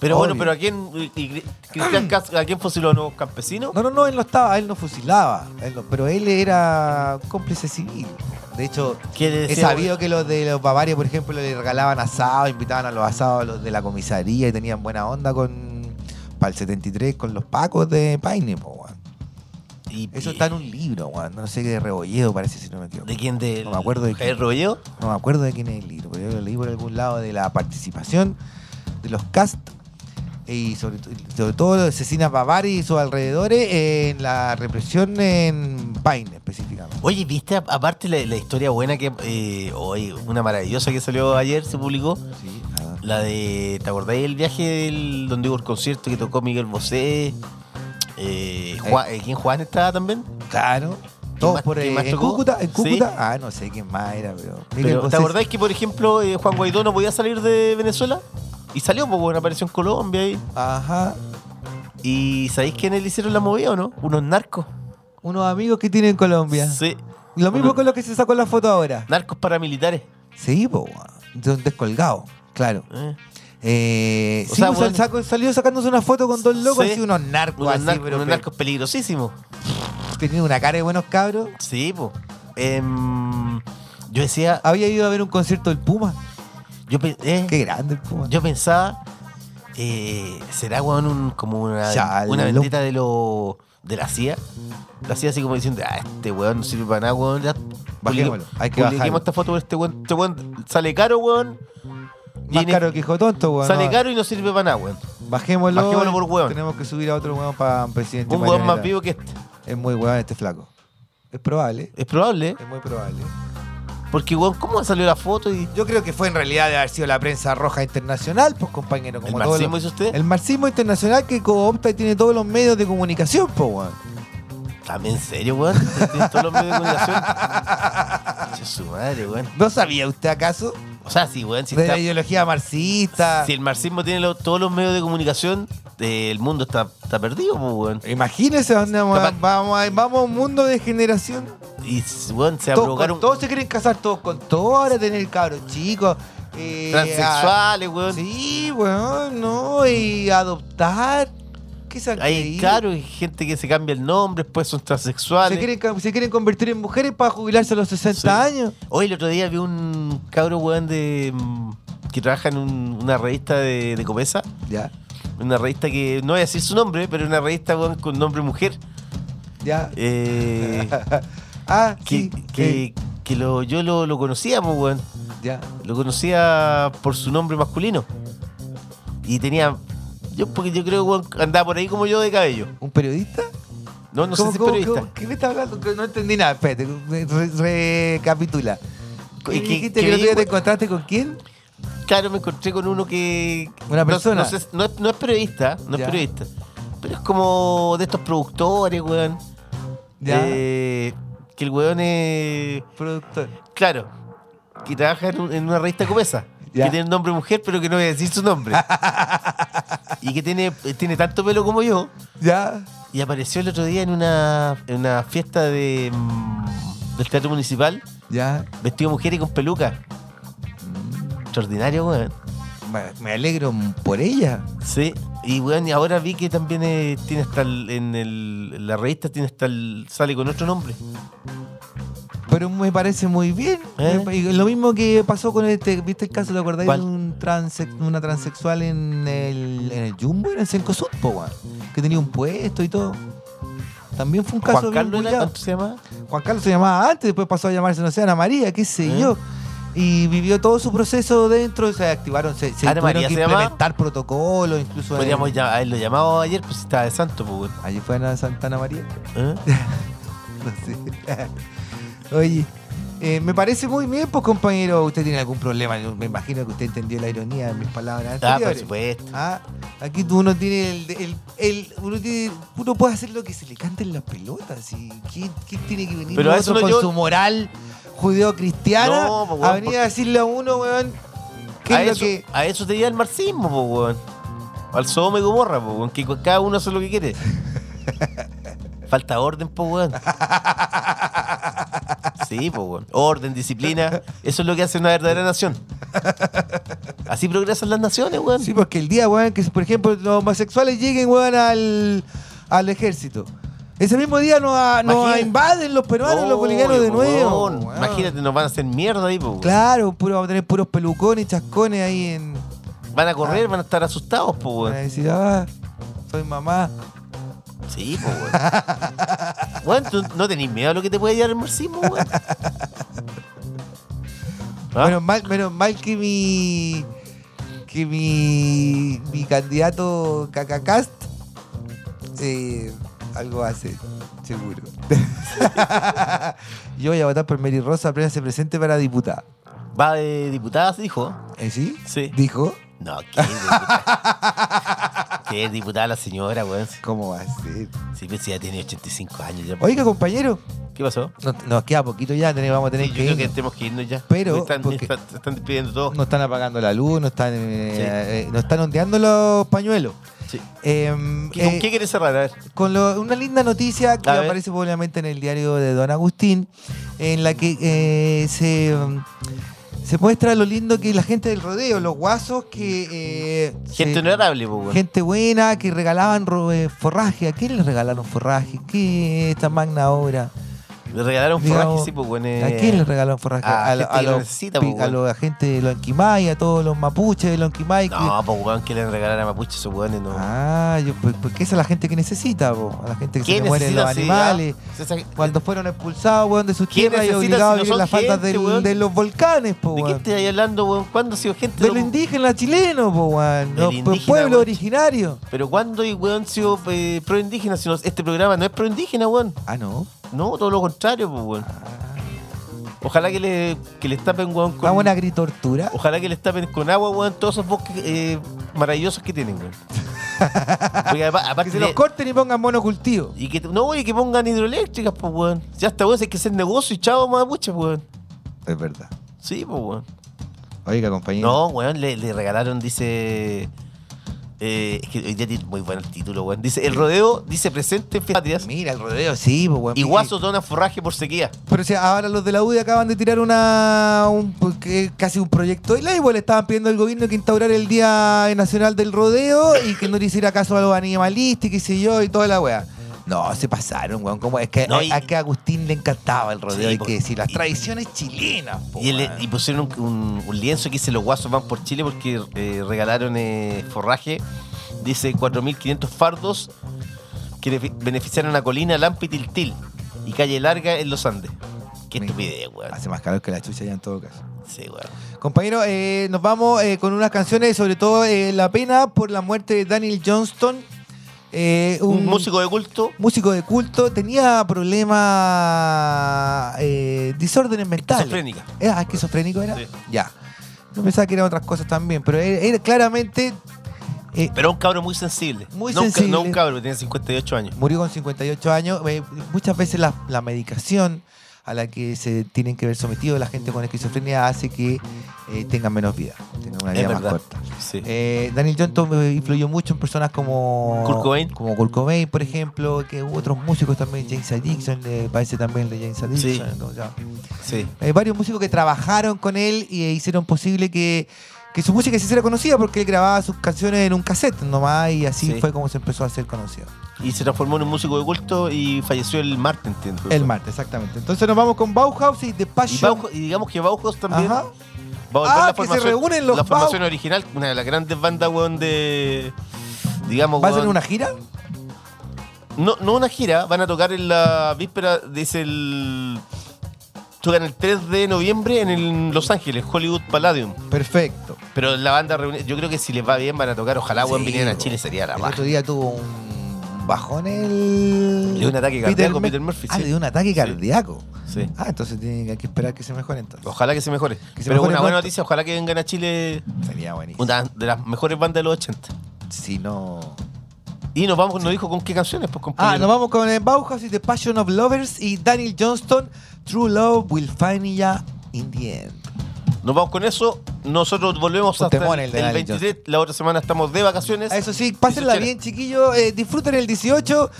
S2: Pero bueno,
S3: Obvio.
S2: pero ¿a quién, y- y- Cristian Cast, ¿a quién fusiló a los campesinos?
S3: No, no, no, él no estaba, él no fusilaba, él no- pero él era cómplice civil. De hecho,
S2: ¿Qué le
S3: He
S2: decía,
S3: sabido que los de los Bavaria, por ejemplo, le regalaban asado, invitaban a los asados a los de la comisaría y tenían buena onda con para el 73 con los pacos de Paine, po, weón.
S2: weón? Y-
S3: Eso
S2: y-
S3: está en un libro, weón. No sé qué de Rebolledo parece si no me equivoco.
S2: ¿De quién? ¿De
S3: No me acuerdo de quién.
S2: Javier Robledo?
S3: No me acuerdo de quién es el libro, pero yo lo leí por algún lado de la participación de los cast eh, y sobre, to- sobre todo de Cecina Bavari y sus alrededores en la represión en Paine específicamente.
S2: Oye, ¿viste a- aparte la, la historia buena que... eh, oye, una maravillosa que salió ayer, se publicó.
S3: Sí, ah,
S2: La de. ¿Te acordáis del viaje del, donde hubo el concierto que tocó Miguel Bosé? Eh, Juan, eh, ¿Quién Juan estaba también?
S3: Claro.
S2: ¿Quién
S3: Todos
S2: más-
S3: por
S2: quién
S3: ahí.
S2: más
S3: En
S2: tocó?
S3: Cúcuta, en
S2: Sí.
S3: Cúcuta. Ah, no sé quién más era, pero. Miguel
S2: Pero, ¿Te
S3: Bosé-
S2: acordáis que, por ejemplo, eh, Juan Guaidó no podía salir de Venezuela? Y salió, pues bueno, apareció en Colombia ahí.
S3: Ajá.
S2: ¿Y sabéis quiénes le hicieron la movida o no? Unos narcos.
S3: Unos amigos que tiene en Colombia.
S2: Sí,
S3: Lo mismo
S2: Uno-
S3: con los que se sacó la foto ahora.
S2: narcos paramilitares.
S3: Sí, po, weón. De un descolgado. Claro.
S2: eh.
S3: Eh,
S2: O
S3: sí,
S2: sea,
S3: pues,
S2: bueno.
S3: sacó- salió sacándose una foto con dos locos
S2: Sí.
S3: así, unos narcos
S2: Unos,
S3: así,
S2: nar-
S3: pero
S2: unos
S3: pe-
S2: narcos peligrosísimos.
S3: teniendo una cara de buenos cabros.
S2: Sí, pues. Em, yo decía. ah,
S3: Había ido a ver un concierto del Puma.
S2: Yo, pe- eh,
S3: Qué grande el Puma.
S2: Yo pensaba, eh, ¿será weón un- como una,
S3: Ya,
S2: una
S3: lo-
S2: vendetta de lo de la CIA? La CIA así como diciendo, ah, este weón no sirve para nada, weón. ya,
S3: Bajémoslo,
S2: publique-
S3: hay que
S2: publiquemos
S3: bajarlo.
S2: esta foto por este weón. Este weón sale caro, weón.
S3: Más
S2: tiene-
S3: caro que hijo tonto, weón.
S2: sale
S3: no.
S2: caro y no sirve para nada, weón.
S3: Bajémoslo.
S2: Bajémoslo por hueón.
S3: Tenemos que subir a otro weón para presidente.
S2: Un weón más
S3: marioneta.
S2: vivo que este.
S3: Es muy weón este flaco. Es probable.
S2: Es probable, ¿eh?
S3: Es muy probable.
S2: Porque, weón, ¿cómo salió la foto? Y
S3: Yo creo que fue en realidad de haber sido la prensa roja internacional, pues compañero. Como
S2: ¿El
S3: todos
S2: marxismo
S3: los-
S2: dice usted?
S3: El marxismo internacional que coopta y tiene todos los medios de comunicación, pues, weón.
S2: ¿También en serio, weón? Tienen todos los medios de comunicación. Che, su madre, weón.
S3: ¿No sabía usted acaso
S2: O sea, sí, weón. Si,
S3: de
S2: está-
S3: la ideología marxista?
S2: si el marxismo tiene lo- todos los medios de comunicación, eh, el mundo está, está perdido, pues, weón.
S3: Imagínese dónde vamos,
S2: Capaz-
S3: vamos, a- vamos a un mundo de generación.
S2: Y, weón, se
S3: Todos, con
S2: abrogaron
S3: todos se quieren casar, todos con todos, ahora tener cabros chicos. eh,
S2: transexuales,
S3: a-
S2: weón.
S3: sí, weón, no, y adoptar. ¿Qué se han
S2: Hay,
S3: creído?
S2: claro, hay gente que se cambia el nombre, después son
S3: Se
S2: transexuales.
S3: quieren, ca- se quieren convertir en mujeres para jubilarse a los 60
S2: Sí.
S3: años.
S2: Hoy el otro día vi un cabro weón de mm, que trabaja en un- una revista de, de Copesa,
S3: Ya,
S2: una revista que no voy a decir su nombre, pero una revista weón, con nombre mujer.
S3: ya.
S2: eh,
S3: ah,
S2: que,
S3: sí,
S2: que-
S3: sí,
S2: que lo, yo lo, lo conocía, pues, weón.
S3: ya.
S2: Lo conocía por su nombre masculino. Y tenía. Yo, porque yo creo que weón, andaba por ahí como yo de cabello.
S3: ¿Un periodista?
S2: No, no sé
S3: ¿Cómo,
S2: si es
S3: cómo,
S2: periodista.
S3: cómo? ¿Qué me estás hablando? Que No entendí nada. Espérate, re- recapitula.
S2: Y
S3: ¿Qué
S2: que-
S3: dijiste
S2: que
S3: que el otro día
S2: vi-
S3: te encontraste con quién?
S2: Claro, me encontré con uno que.
S3: Una
S2: no-
S3: persona.
S2: No, sé- no es, no es periodista, no
S3: Ya.
S2: es periodista. Pero es como de estos productores, weón.
S3: Ya.
S2: Eh, que el weón es.
S3: Productor.
S2: Claro, que trabaja en, un- en una revista Copesa.
S3: Ya.
S2: Que tiene un nombre mujer, pero que no voy a decir su nombre. y que tiene, tiene tanto pelo como yo.
S3: Ya.
S2: Y apareció el otro día en una, en una fiesta de, mm, del Teatro Municipal,
S3: Ya.
S2: vestido de mujer y con peluca. Extraordinario, weón.
S3: Me- Me alegro por ella.
S2: Sí, y bueno, y ahora vi que también eh, tiene hasta el- en, el- en la revista tiene hasta el, sale con otro nombre.
S3: Pero me parece muy bien.
S2: ¿Eh?
S3: Me pa- y Lo mismo que pasó con este, ¿viste el caso? ¿Te acordáis
S2: ¿Cuál?
S3: de un transex- una transexual en el, en el Jumbo? En el Cencosud, po, weón, Que tenía un puesto y todo. También fue un caso
S2: Juan
S3: bien
S2: Carlos era,
S3: bullado.
S2: ¿cuánto se llama?
S3: Juan Carlos se llamaba antes, después pasó a llamarse, no sé, Ana María, qué sé
S2: ¿Eh?
S3: yo. Y vivió todo su proceso dentro, se activaron, se, se
S2: ¿Ana
S3: tuvieron
S2: María
S3: que
S2: se llamaba?
S3: implementar protocolos, incluso. en-
S2: Podríamos ya haberlo llamado ayer, pues estaba de santo, pues. weón.
S3: Allí fue Ana Santa Ana María.
S2: ¿Eh?
S3: No sé. Oye, eh, me parece muy bien, pues compañero, usted tiene algún problema. Yo Me imagino que usted entendió la ironía de mis palabras
S2: Ah, por
S3: anteriores.
S2: supuesto.
S3: Ah, aquí tú- uno tiene el, el- el- uno tiene- uno puede hacer lo que se le cante en las pelotas. ¿Y ¿Qué, qué tiene que venir
S2: Pero a eso no
S3: otro con
S2: yo-
S3: su moral judeo-cristiana
S2: No, pues,
S3: a
S2: weón,
S3: venir
S2: porque-
S3: a decirle a uno, weón, qué
S2: a,
S3: es lo
S2: eso,
S3: que...
S2: a eso te lleva el marxismo, pues, weón. Al Sodoma y Gomorra, pues, weón, que cada uno hace lo que quiere. Falta orden, pues, weón. Sí, pues, weón. Orden, disciplina. Eso es lo que hace una verdadera nación. Así progresan las naciones, weón.
S3: Sí, porque el día, weón, que por ejemplo los homosexuales lleguen, weón, al, al ejército. Ese mismo día nos, a- nos
S2: Imagina-
S3: invaden los peruanos,
S2: No,
S3: los bolivianos de
S2: weón.
S3: nuevo. weón.
S2: Imagínate, nos van a hacer mierda ahí, pues, weón.
S3: Claro, puro, vamos a tener puros pelucones, chascones ahí en...
S2: Van a correr, van a estar asustados, pues,
S3: Van
S2: weón.
S3: a decir, ah, soy mamá.
S2: Sí, pues, weón. Weón, ¿tú no tenés miedo a lo que te puede llevar el marxismo, weón. ¿Ah?
S3: Menos, mal, menos mal que mi... Que mi... Mi candidato Cacacast... eh, algo hace, seguro. Yo voy a votar por Mary Rosa, apenas se presente para diputada.
S2: Va de diputada, se dijo.
S3: ¿Eh, sí?
S2: Sí.
S3: Dijo,
S2: No, qué diputada. qué diputada la señora, weón.
S3: ¿cómo va a ser?
S2: Sí, pues sí, ya tiene 85 años ya.
S3: Oiga, compañero,
S2: ¿Qué pasó?
S3: no- nos queda poquito ya, tenemos- vamos a tener
S2: Sí, yo
S3: que.
S2: creo que
S3: irnos.
S2: tenemos que irnos ya.
S3: Pero,
S2: Me están, me
S3: porque-
S2: están- están despidiendo todos.
S3: No están apagando la luz, no están, eh,
S2: Sí.
S3: eh, no están ondeando los pañuelos.
S2: Sí.
S3: Em,
S2: ¿Qué- ¿Con
S3: eh,
S2: qué quieres cerrar? A ver.
S3: con lo- una linda noticia que
S2: A ver.
S3: aparece probablemente en el diario de Don Agustín, en la que eh, se, um, se muestra lo lindo que la gente del rodeo, los guasos que... eh,
S2: Gente
S3: se-
S2: honorable, pues, weón.
S3: Gente buena que regalaban ro- eh, forraje. ¿A quién les regalaron forraje? ¿Qué esta magna obra?
S2: Le regalaron forraje,
S3: digamos,
S2: sí, pues, weón. eh.
S3: ¿A quién le regalaron forraje?
S2: a gente pues,
S3: lo-
S2: que lo
S3: los
S2: necesita,
S3: pi-
S2: po,
S3: a
S2: weón.
S3: los agentes de Lonquimay, a todos los mapuches de Lonquimay. que-
S2: No, pues, weón, que le regalaron a Mapuche esos weones, no.
S3: Ah, yo, pues, porque esa es la gente que necesita, po, a la gente que se
S2: ¿Quién
S3: le mueren los
S2: necesita, sí, ya?
S3: animales.
S2: Esa- de-
S3: Cuando fueron expulsados, weón, de sus
S2: ¿Quién
S3: tierras y
S2: necesita
S3: obligados
S2: si
S3: a
S2: no
S3: vivir en
S2: son
S3: las faldas
S2: gente,
S3: del-
S2: weón?
S3: de los volcanes, po,
S2: ¿De qué
S3: weón.
S2: estás ahí hablando, weón? ¿Cuándo ha sido gente
S3: De
S2: lo-
S3: los indígenas chilenos, po, weón.
S2: Del
S3: Los
S2: indígena,
S3: pueblos
S2: weón.
S3: originarios.
S2: Pero ¿cuándo, y, weón, ha sido eh, pro-indígena? Si no- este programa no es pro-indígena, weón.
S3: Ah, no.
S2: No, todo lo contrario, pues, weón. Ojalá que, le, que les tapen, weón, con.
S3: Vamos a una gritortura.
S2: Ojalá que les tapen con agua, weón, todos esos bosques eh, maravillosos que tienen, weón. Porque apa-
S3: Que
S2: aparte
S3: se
S2: le-
S3: los corten y pongan monocultivo.
S2: y que, no, y que pongan hidroeléctricas, pues, weón. Ya está, weón, si hay que hacer negocio y chavo, mapuche, pues, weón.
S3: Es verdad.
S2: Sí, pues, weón.
S3: Oiga, compañero.
S2: No, weón, le, le regalaron, dice. eh, es que hoy día tiene muy bueno el título, weón. Dice: El rodeo dice presente en fiestas patrias
S3: Mira, el rodeo sí, pues, weón.
S2: y guaso dona forraje por sequía.
S3: Pero si ahora los de la UDI acaban de tirar una un- porque casi un proyecto de ley, pues le estaban pidiendo al gobierno que instaurara el Día Nacional del Rodeo y que no le hiciera caso a los animalistas y qué sé yo y toda la weá. No, se pasaron, weón. ¿Cómo? Es que
S2: No,
S3: a,
S2: y-
S3: a que a Agustín le encantaba el rodeo,
S2: Sí,
S3: hay
S2: po-
S3: que decir. Las
S2: y-
S3: tradiciones chilenas, po,
S2: Y, el-
S3: weón.
S2: y pusieron un, un- un lienzo que dice: Los guasos van por Chile porque eh, regalaron eh, forraje. Dice: 4.500 fardos que benefi- beneficiaron a Colina, Lampa y Tiltil. Y calle larga en los Andes. Qué
S3: Mi-
S2: estupidez, weón.
S3: Hace más calor que la chucha ya en todo caso.
S2: Sí, weón.
S3: Compañero, eh, nos vamos eh, con unas canciones, sobre todo eh, La pena por la muerte de Daniel Johnston. eh,
S2: Un, músico de culto.
S3: músico de culto, tenía problemas, eh, disórdenes mentales.
S2: Esquizofrénica.
S3: ¿Era esquizofrénico? ¿Era?
S2: Sí.
S3: Ya. Yo pensaba que eran otras cosas también, pero era, era claramente eh,
S2: Pero un cabro muy sensible.
S3: Muy
S2: no, un ca-
S3: sensible.
S2: no un cabro, tiene 58 años.
S3: murió con 58 años. Eh, muchas veces la, la medicación a la que se tienen que ver sometidos la gente con esquizofrenia hace que eh, tengan menos vida, tengan una
S2: Es
S3: vida más
S2: verdad.
S3: corta.
S2: Sí.
S3: Eh, Daniel Johnston me influyó mucho en personas como
S2: Kurt Cobain.
S3: como Kurt Cobain, por ejemplo, que hubo otros músicos también, James Addiction, eh, parece también el de James Addiction.
S2: Sí.
S3: ¿cómo se llama?
S2: sí.
S3: Eh, varios músicos que trabajaron con él y eh, hicieron posible que, que su música se hiciera conocida porque él grababa sus canciones en un cassette nomás y así
S2: Sí.
S3: fue como se empezó a hacer conocido.
S2: Y se transformó en un músico de culto y falleció el martes, entiendo.
S3: El martes, exactamente. Entonces nos vamos con Bauhaus y The
S2: Y,
S3: Passion.
S2: Bauhaus- y digamos que Bauhaus también
S3: Ajá.
S2: va a volver
S3: Ah,
S2: la
S3: que se
S2: formación.
S3: reúnen los
S2: la formación
S3: Bauhaus.
S2: original, una de las grandes bandas, weón, de. Digamos,
S3: ¿Va a ser
S2: weón,
S3: una gira?
S2: No, no una gira, van a tocar en la víspera, dice el. Tocan el 3 de noviembre en el- Los Ángeles, Hollywood Palladium.
S3: Perfecto.
S2: Pero la banda reúne, yo creo que si les va bien van a tocar, ojalá weón
S3: Sí,
S2: vinieran a
S3: po.
S2: Chile, sería la
S3: El
S2: raja.
S3: otro día tuvo un bajón el...
S2: Le dio un ataque cardíaco a Peter Murphy,
S3: Ah,
S2: sí.
S3: le dio un ataque
S2: Sí.
S3: cardíaco.
S2: Sí.
S3: Ah, entonces tiene, hay que esperar que se mejore entonces.
S2: Ojalá que se mejore.
S3: Que se
S2: Pero
S3: mejore
S2: una buena
S3: pronto.
S2: noticia, ojalá que vengan a Chile
S3: Sería buenísimo.
S2: una de las mejores bandas de los 80.
S3: Si no...
S2: Y nos vamos, nos dijo con qué canciones, pues compañero.
S3: Ah, nos vamos con eh, Bauhaus y The Passion of Lovers y Daniel Johnston, True Love Will Find Ya in the End.
S2: Nos vamos con eso. Nosotros volvemos
S3: Un
S2: hasta
S3: temón
S2: el,
S3: el de
S2: el
S3: Daniel
S2: 23. La otra semana estamos de vacaciones.
S3: Ah, Eso sí, pásenla bien, chiquillos, eh, disfruten el 18.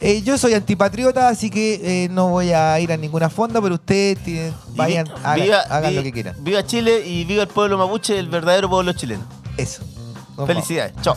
S3: Eh, yo soy antipatriota, así que eh, no voy a ir a ninguna fonda, pero ustedes tienen-
S2: Y
S3: vayan,
S2: vi-
S3: hagan,
S2: viva-
S3: hagan
S2: vi-
S3: lo que quieran.
S2: Viva Chile y viva el pueblo mapuche, el verdadero pueblo chileno.
S3: Eso. Nos vamos.
S2: Felicidades. Chao.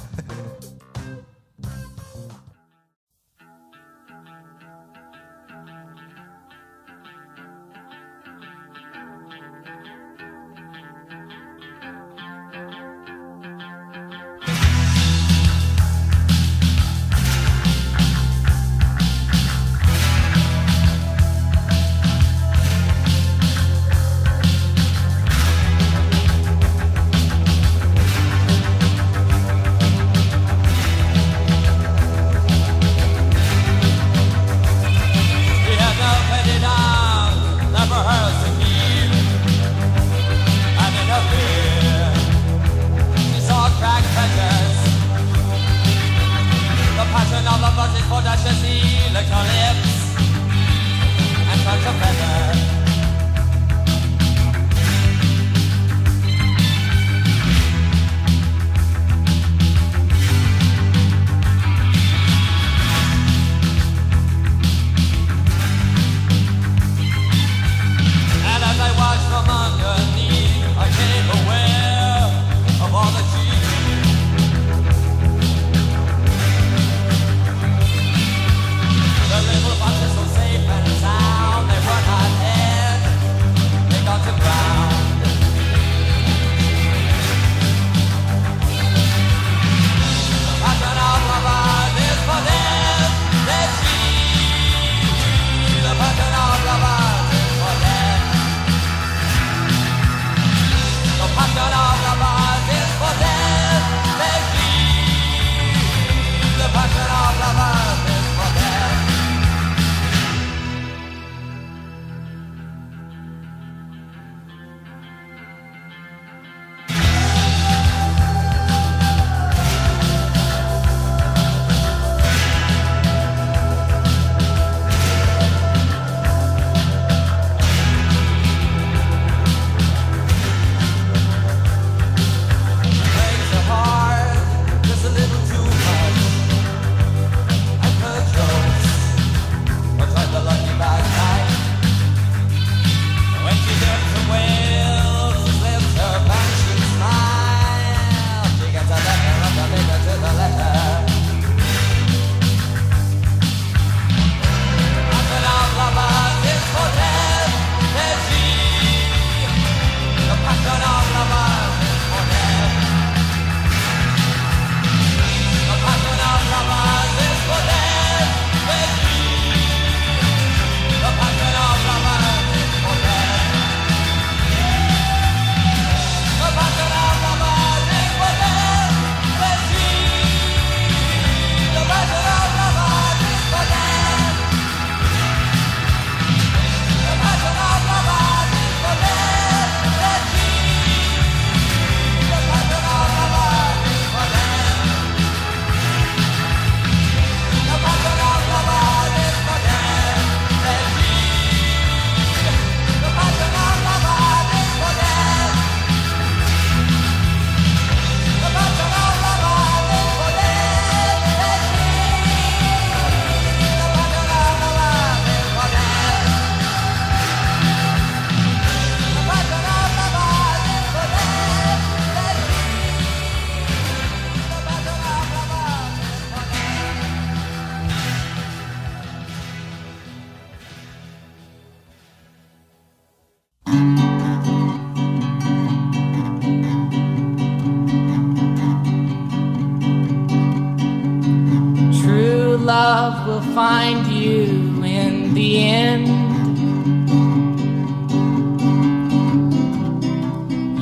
S6: find you in the end.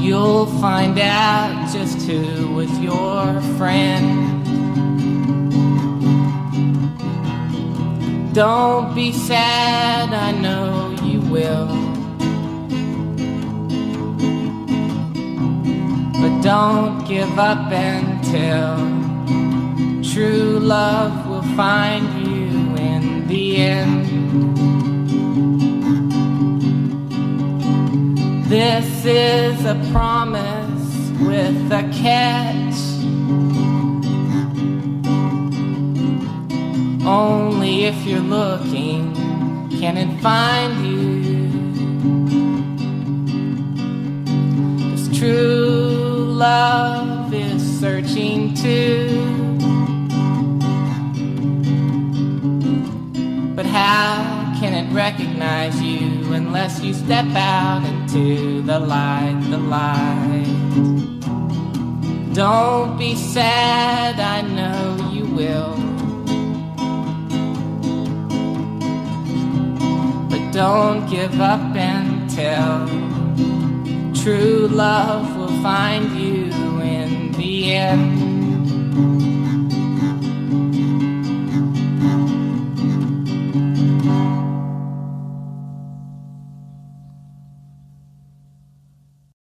S6: You'll find out just who was your friend. Don't be sad, I know you will. But don't give up until True love will find you in the end. This is a promise with a catch. Only if you're looking can it find you. This true love is searching too. But how can it recognize you unless you step out into the light, the light? Don't be sad, I know you will. But don't give up until true love will find you in the end.